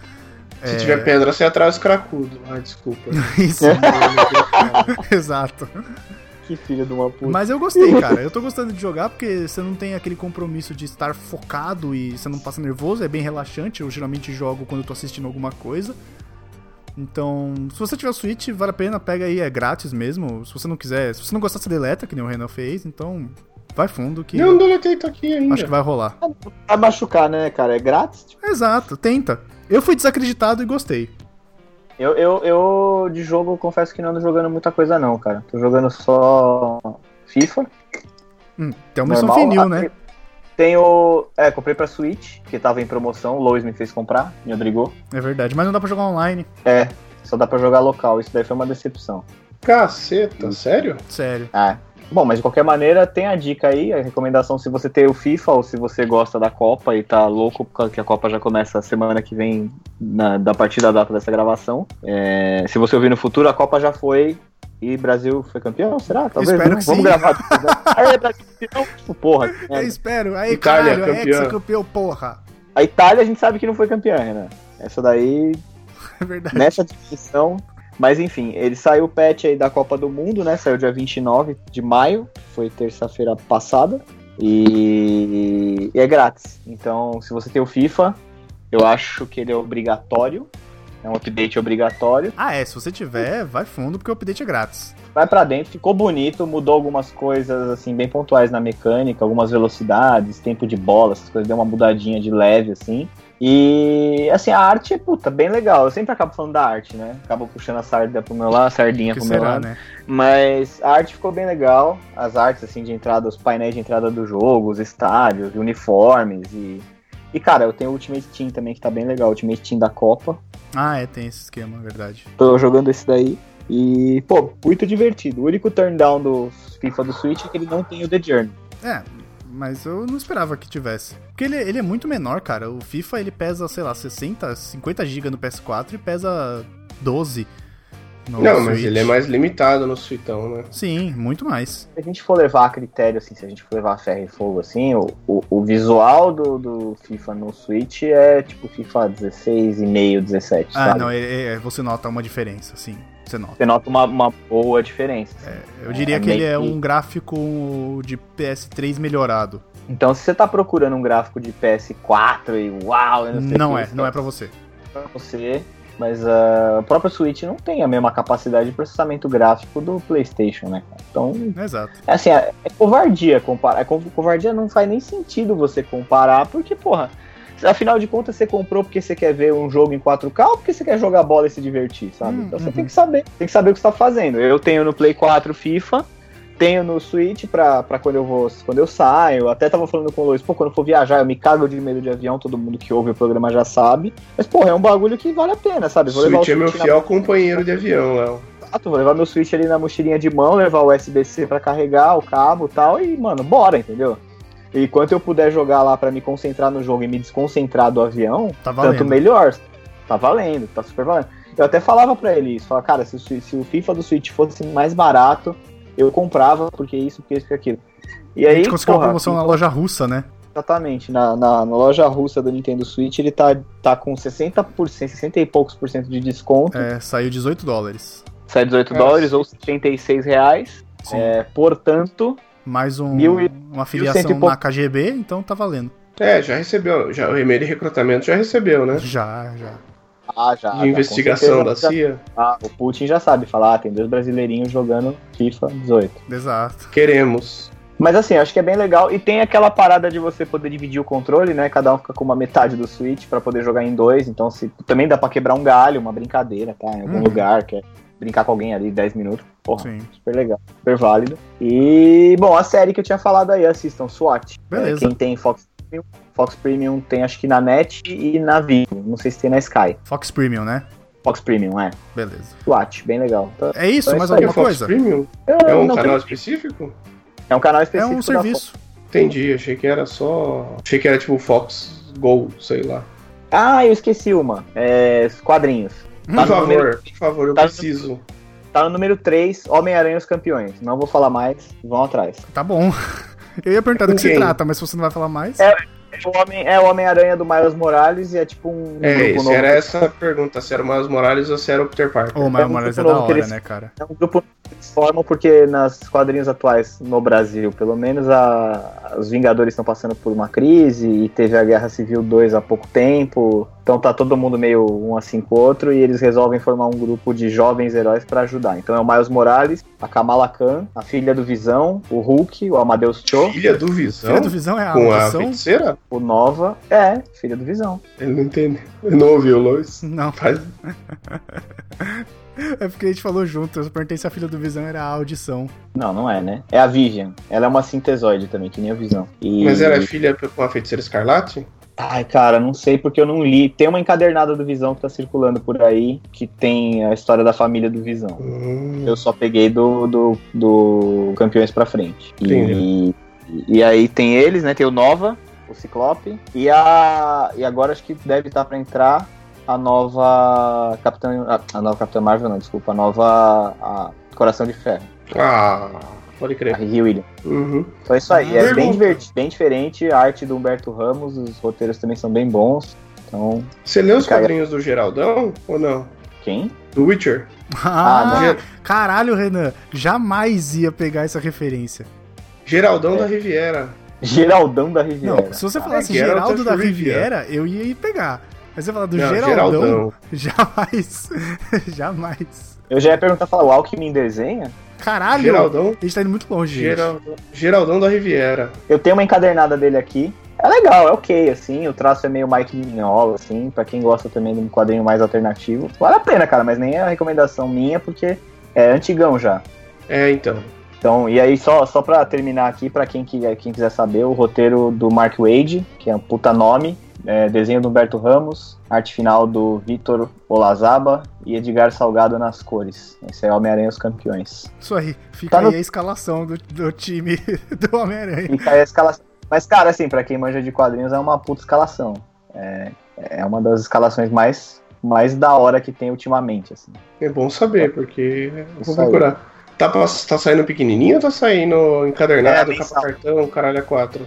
B: É.
A: Se tiver pedra, você atrai os cracudos. Ah, desculpa.
B: Isso,
C: É.
B: exato.
C: Que filho de uma puta.
B: Mas eu gostei, cara. Eu tô gostando de jogar porque você não tem aquele compromisso de estar focado e você não passa nervoso, é bem relaxante. Eu geralmente jogo quando eu tô assistindo alguma coisa. Então, se você tiver o Switch, vale a pena, pega aí, é grátis mesmo. Se você não quiser, se você não gostar, você deleta, que nem o Renan fez, então vai fundo que
A: Eu não deletei tô aqui ainda.
B: acho que vai rolar.
C: Vai machucar, né, cara? É grátis? Tipo,
B: Exato, tenta. Eu fui desacreditado e gostei.
C: Eu, eu, eu, de jogo, eu confesso que não ando jogando muita coisa, não, cara. Tô jogando só FIFA.
B: Hum, tem uma missão
C: normal. ah,
B: finil, né?
C: Tenho. É, comprei pra Switch, que tava em promoção. O Lois me fez comprar, me obrigou.
B: É verdade, mas não dá pra jogar online.
C: É, só dá pra jogar local. Isso daí foi uma decepção.
B: Hum.
A: Caceta, sério?
B: Sério.
C: Ah. Bom, mas de qualquer maneira, tem a dica aí, a recomendação se você tem o FIFA ou se você gosta da Copa e tá louco porque a Copa já começa semana que vem, na, da partir da data dessa gravação. É, se você ouvir no futuro, a Copa já foi e Brasil foi campeão, será? Talvez.
B: Espero
C: não.
B: que
C: Vamos
B: sim. né? É
C: gravar. Aê, Brasil, campeão! Tipo, porra. que
B: Eu
C: merda.
B: espero. Aí,
A: Itália,
B: caralho, é
A: campeã.
B: ex-campeão, porra.
C: A Itália a gente sabe que não foi campeã, Renan. Essa daí
B: É verdade.
C: nessa discussão. Mas enfim, ele saiu o patch aí da Copa do Mundo, né? Saiu dia 29 de maio, foi terça-feira passada. E... e é grátis. Então, se você tem o FIFA, eu acho que ele é obrigatório. É um update obrigatório.
B: Ah, é, se você tiver, vai fundo, porque o update é grátis.
C: Vai pra dentro, ficou bonito, mudou algumas coisas assim bem pontuais na mecânica, algumas velocidades, tempo de bola, essas coisas, deu uma mudadinha de leve assim. E assim, a arte é puta, bem legal. Eu sempre acabo falando da arte, né? Acabo puxando a sardinha pro meu lado, a sardinha
B: que
C: pro meu
B: será,
C: lado.
B: né?
C: Mas a arte ficou bem legal. As artes, assim, de entrada, os painéis de entrada do jogo, os estádios, uniformes e. E, cara, eu tenho o Ultimate Team também, que tá bem legal, o Ultimate Team da Copa.
B: Ah, é, tem esse esquema, é verdade.
C: Tô jogando esse daí. E, pô, muito divertido. O único turn down do FIFA do Switch é que ele não tem o The Journey.
B: É, mas eu não esperava que tivesse. Porque ele, ele é muito menor, cara. O FIFA ele pesa, sei lá, 60, 50 GB no PS4 e pesa 12 no
A: não, mas
B: um Switch.
A: ele é mais limitado no suitão, né?
B: Sim, muito mais.
C: Se a gente for levar a critério, assim, se a gente for levar a ferro e fogo, assim, o, o, o visual do, do FIFA no Switch é tipo FIFA 16,5, 17,
B: Ah,
C: sabe?
B: não, é- é- você nota uma diferença, sim. Você nota.
C: Você nota uma, uma boa diferença.
B: Eu diria
C: É,
B: que ele é
C: meio que-
B: um gráfico de PS3 melhorado.
C: Então, se você tá procurando um gráfico de PS4 e uau, eu não sei o
B: Não
C: que,
B: é,
C: isso
B: não é pra você.
C: pra você, mas ah, o próprio Switch não tem a mesma capacidade de processamento gráfico do PlayStation, né? cara? Então,
B: Exato.
C: é assim, é, é covardia comparar. É co- covardia não faz nem sentido você comparar, porque, porra, afinal de contas você comprou porque você quer ver um jogo em 4K ou porque você quer jogar bola e se divertir, sabe?
B: Hum,
C: então você
B: uhum.
C: tem que saber, tem que saber o que você tá fazendo. Eu tenho no Play 4 FIFA. Tenho no Switch pra, pra quando eu vou. Quando eu saio. Eu Até tava falando com o Luiz, pô, quando eu for viajar, eu me cago de medo de avião, todo mundo que ouve o programa já sabe. Mas, porra, é um bagulho que vale a pena, sabe? Vou levar o
A: Switch é meu
C: Switch na-
A: fiel companheiro de avião, Léo.
C: Exato, vou Ah, levar meu Switch ali na mochilinha de mão, levar o USB-C pra carregar o cabo e tal, e, mano, bora, entendeu? E quanto eu puder jogar lá pra me concentrar no jogo e me desconcentrar do avião,
B: Tá valendo.
C: tanto melhor. Tá valendo, tá super valendo. Eu até falava pra ele isso, falava, cara, se o, Swi- se o FIFA do Switch fosse mais barato, eu comprava, porque isso, porque isso, porque aquilo. E
B: a
C: aí,
B: gente conseguiu uma
C: porra,
B: promoção na loja russa, né?
C: Exatamente, na, na, na loja russa do Nintendo Switch ele tá, tá com 60%, 60 e poucos por cento de desconto,
B: É, saiu 18 dólares.
C: sai 18
A: Nossa.
C: dólares ou 76 reais.
B: Sim.
C: É, portanto,
B: Mais um,
C: mil e-
B: uma filiação
C: cento e pouco.
B: na KGB, então tá valendo.
A: É, já recebeu. Já, o e-mail de recrutamento já recebeu, né?
B: Já, já.
C: ah, já, já,
A: de investigação
C: com
A: da
C: certeza,
A: CIA.
C: ah, o Putin já sabe falar, ah, tem dois brasileirinhos jogando FIFA 18.
B: Exato.
A: Queremos.
C: Mas assim, acho que é bem legal. E tem aquela parada de você poder dividir o controle, né? Cada um fica com uma metade do Switch pra poder jogar em dois. Então se, também dá pra quebrar um galho, uma brincadeira, tá? Em algum
B: Uhum.
C: lugar, quer brincar com alguém ali 10 minutos. Porra,
B: Sim.
C: super legal, super válido. E, bom, a série que eu tinha falado aí, assistam, SWAT.
B: Beleza.
C: É, quem tem Fox Premium, Fox Premium tem acho que na NET e na Vivo. Não sei se tem na Sky.
B: Fox Premium, né?
C: Fox Premium, é.
B: Beleza.
C: SWAT, bem legal. Tá-
B: É isso?
C: Então é
B: mais
C: isso aí,
A: É
B: alguma
A: Fox
B: coisa?
A: Premium?
C: Eu
A: É um
C: não
A: canal
C: tenho-
A: específico?
C: é um canal
B: É
C: específico.
B: um
C: da Fox.
B: serviço.
A: Entendi, achei que era só. Achei que era tipo Fox Go, sei lá.
C: Ah, eu esqueci uma. É, quadrinhos.
A: Por
B: Hum,
C: Tá no
A: favor,
C: número-
A: por favor, eu
C: tá no-
A: preciso.
C: Tá no número 3, Homem-Aranha e os Campeões. Não vou falar mais, vão atrás.
B: Tá bom. Eu ia perguntar do que se
A: Ninguém.
B: trata, mas se você não vai falar mais.
C: É. É o Homem- É o Homem-Aranha do Miles Morales e é tipo um
A: É,
C: grupo
A: isso,
C: novo.
A: era essa a pergunta, se era o Miles Morales ou se era o Peter Parker.
B: Ô,
C: É
B: Mario
C: um
B: Morales é
C: grupo
B: da
C: novo que
B: hora,
C: eles-
B: né, cara?
C: É um grupo que eles formam porque nas quadrinhos atuais no Brasil, pelo menos a- os Vingadores estão passando por uma crise e teve a Guerra Civil 2 há pouco tempo. Então tá todo mundo meio um assim com o outro e eles resolvem formar um grupo de jovens heróis pra ajudar. Então é o Miles Morales, a Kamala Khan, a filha do Visão, o Hulk, o Amadeus Cho,
A: Filha do Visão?
B: Filha do Visão é a
A: Com a
B: audição?
A: feiticeira?
C: o Nova, é, filha do Visão.
A: Ele não entende. Ele não ouviu, Lois.
B: Não,
A: Faz...
B: é porque a gente falou junto. Eu perguntei se a filha do Visão era a audição.
C: Não, não é, né? É a Vivian. Ela é uma sintesoide também, que nem a Visão. E-
A: Mas é era filha com a feiticeira escarlate?
C: Ai, cara, não sei porque eu não li. Tem uma encadernada do Visão que tá circulando por aí, que tem a história da família do Visão.
A: Hum,
C: Eu só peguei do, do, do Campeões pra frente. E,
A: Entendi.
C: e aí tem eles, né? Tem o Nova, o Ciclope, e a. E agora acho que deve estar pra entrar a nova. Capitã. a- A nova Capitã Marvel, não, desculpa. A nova. a Coração de Ferro,
A: Ah, pode
C: a
A: crer.
C: Riri Williams.
A: Uhum.
C: Então é isso aí, é
A: Pergunta.
C: bem, diverti- bem diferente, a arte do Humberto Ramos, os roteiros também são bem bons. Então,
A: Você leu os
C: Cara.
A: quadrinhos do Geraldão ou não?
C: quem?
A: Do Witcher?
B: Ah,
C: não.
A: Ge-
B: caralho, Renan. Jamais ia pegar essa referência.
A: Geraldão
C: É.
A: da Riviera.
C: Geraldão da Riviera.
B: Não, se você assim,
C: Ah,
B: falasse
A: é Geralt
B: Geraldo
A: of
B: da
A: Rivia.
B: Riviera, eu ia ir pegar. Mas você falar do
A: Não,
B: Geraldão, jamais. jamais.
C: Eu já ia perguntar pra falar, o que me desenha?
B: Caralho,
A: Geraldão.
B: a gente tá indo muito longe, gente.
A: Geraldão. Geraldão da Riviera.
C: Eu tenho uma encadernada dele aqui. É legal, é ok, assim, o traço é meio Mike Mignola, assim, pra quem gosta também de um quadrinho mais alternativo. Vale a pena, cara, mas nem é a recomendação minha, porque é antigão já.
A: É, então.
C: Então, e aí, só, só pra terminar aqui, pra quem, que- quem quiser saber, o roteiro do Mark Wade, que é um puta nome, É, desenho do Humberto Ramos, arte final do Vitor Olazaba e Edgar Salgado nas cores. Esse é Homem-Aranha os Campeões.
B: Isso aí, fica
C: Tá no-
B: aí a escalação do, do time do Homem-Aranha.
C: Fica aí a escalação. Mas, cara, assim, pra quem manja de quadrinhos, é uma puta escalação. É, é uma das escalações mais, mais da hora que tem ultimamente, assim.
A: É bom saber,
B: Tá.
A: porque eu vou
C: Isso aí.
A: procurar. Tá, pass- tá saindo pequenininho ou tá saindo encadernado,
C: É,
A: capa
C: mensal.
A: cartão, caralho a quatro?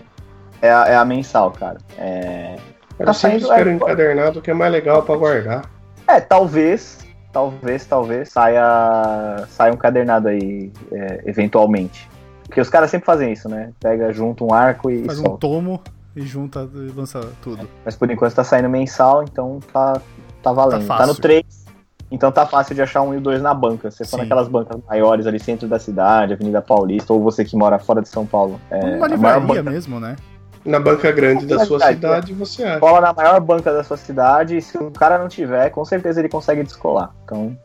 C: É a, é a mensal, cara. É,
A: Eu
C: Tá
A: sempre
C: saindo,
A: espero
C: é,
A: encadernado, que é mais legal pra guardar.
C: é, talvez, talvez, talvez saia, saia um cadernado aí, é, eventualmente. Porque os caras sempre fazem isso, né? Pega junto um arco e
B: Faz um
C: solta.
B: tomo e junta e lança tudo.
C: Mas por enquanto tá saindo mensal, então tá, tá valendo.
B: Tá
C: Tá,
B: fácil.
C: no 3, então tá fácil de achar um e o 2 na banca. Você for
B: Sim.
C: naquelas bancas maiores ali, centro da cidade, Avenida Paulista, ou você que mora fora de São Paulo. É,
B: Uma
C: a maior
B: livraria
C: banca,
B: mesmo, né?
A: Na banca grande da
C: É
A: sua
C: verdade,
A: cidade, você acha.
C: cola na maior banca da sua cidade, e se o cara não tiver, com certeza ele consegue descolar. Então,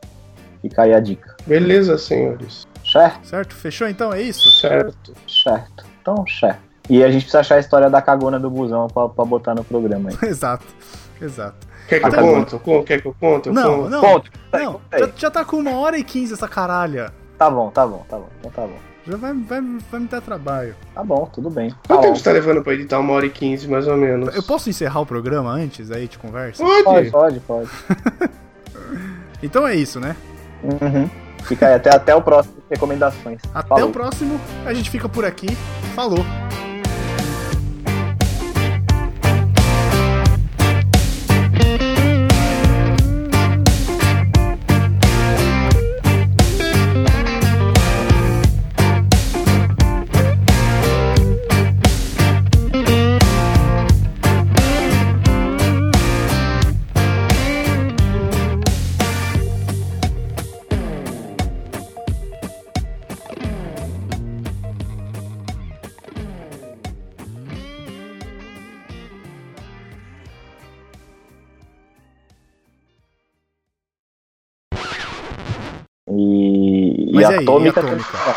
C: fica aí a dica.
A: Beleza, senhores.
C: Certo?
B: Certo? Fechou então? É isso?
A: Certo.
C: Certo. Então, certo. E a gente precisa achar a história da cagona do busão pra, pra botar no programa aí.
B: Exato. Exato.
A: Quer que eu
C: Até
A: conto? Co- Quer que eu conto? Eu
B: Ah, tá Não,
A: conto.
B: não.
C: Conta, aí,
B: Não,
C: conta aí.
B: já, já tá com uma hora e quinze essa caralha.
C: Tá bom, tá bom, tá bom. Então tá bom.
B: Já vai, vai, vai me dar trabalho.
C: Tá bom, tudo bem. Tá
A: Quanto
C: bom.
A: tempo você tá levando pra editar? Uma hora e quinze, mais ou menos.
B: Eu posso encerrar o programa antes, aí te conversa?
A: Pode.
C: Pode, pode, pode.
B: Então é isso, né?
C: Uhum. Fica aí, até, até o próximo. Recomendações.
B: Até
C: Falou.
B: o próximo. A gente fica por aqui. Falou.
C: E,
B: Mas
C: e
B: e aí, e Atômica?
C: Atômica. também.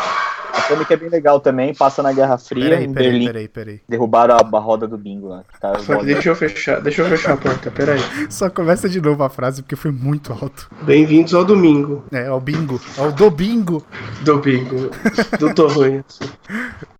C: Atômica é bem legal também, passa na Guerra Fria,
B: Peraí,
C: em
B: peraí,
C: Berlim.
B: peraí, peraí.
C: Derrubaram a a roda do bingo lá. que Tá,
A: Só que deixa eu fechar, deixa eu fechar a porta, peraí.
B: Só começa de novo a frase porque foi muito alto.
A: Bem-vindos ao domingo.
B: É, ao bingo. Ao do bingo.
A: Do bingo. Do Torronho.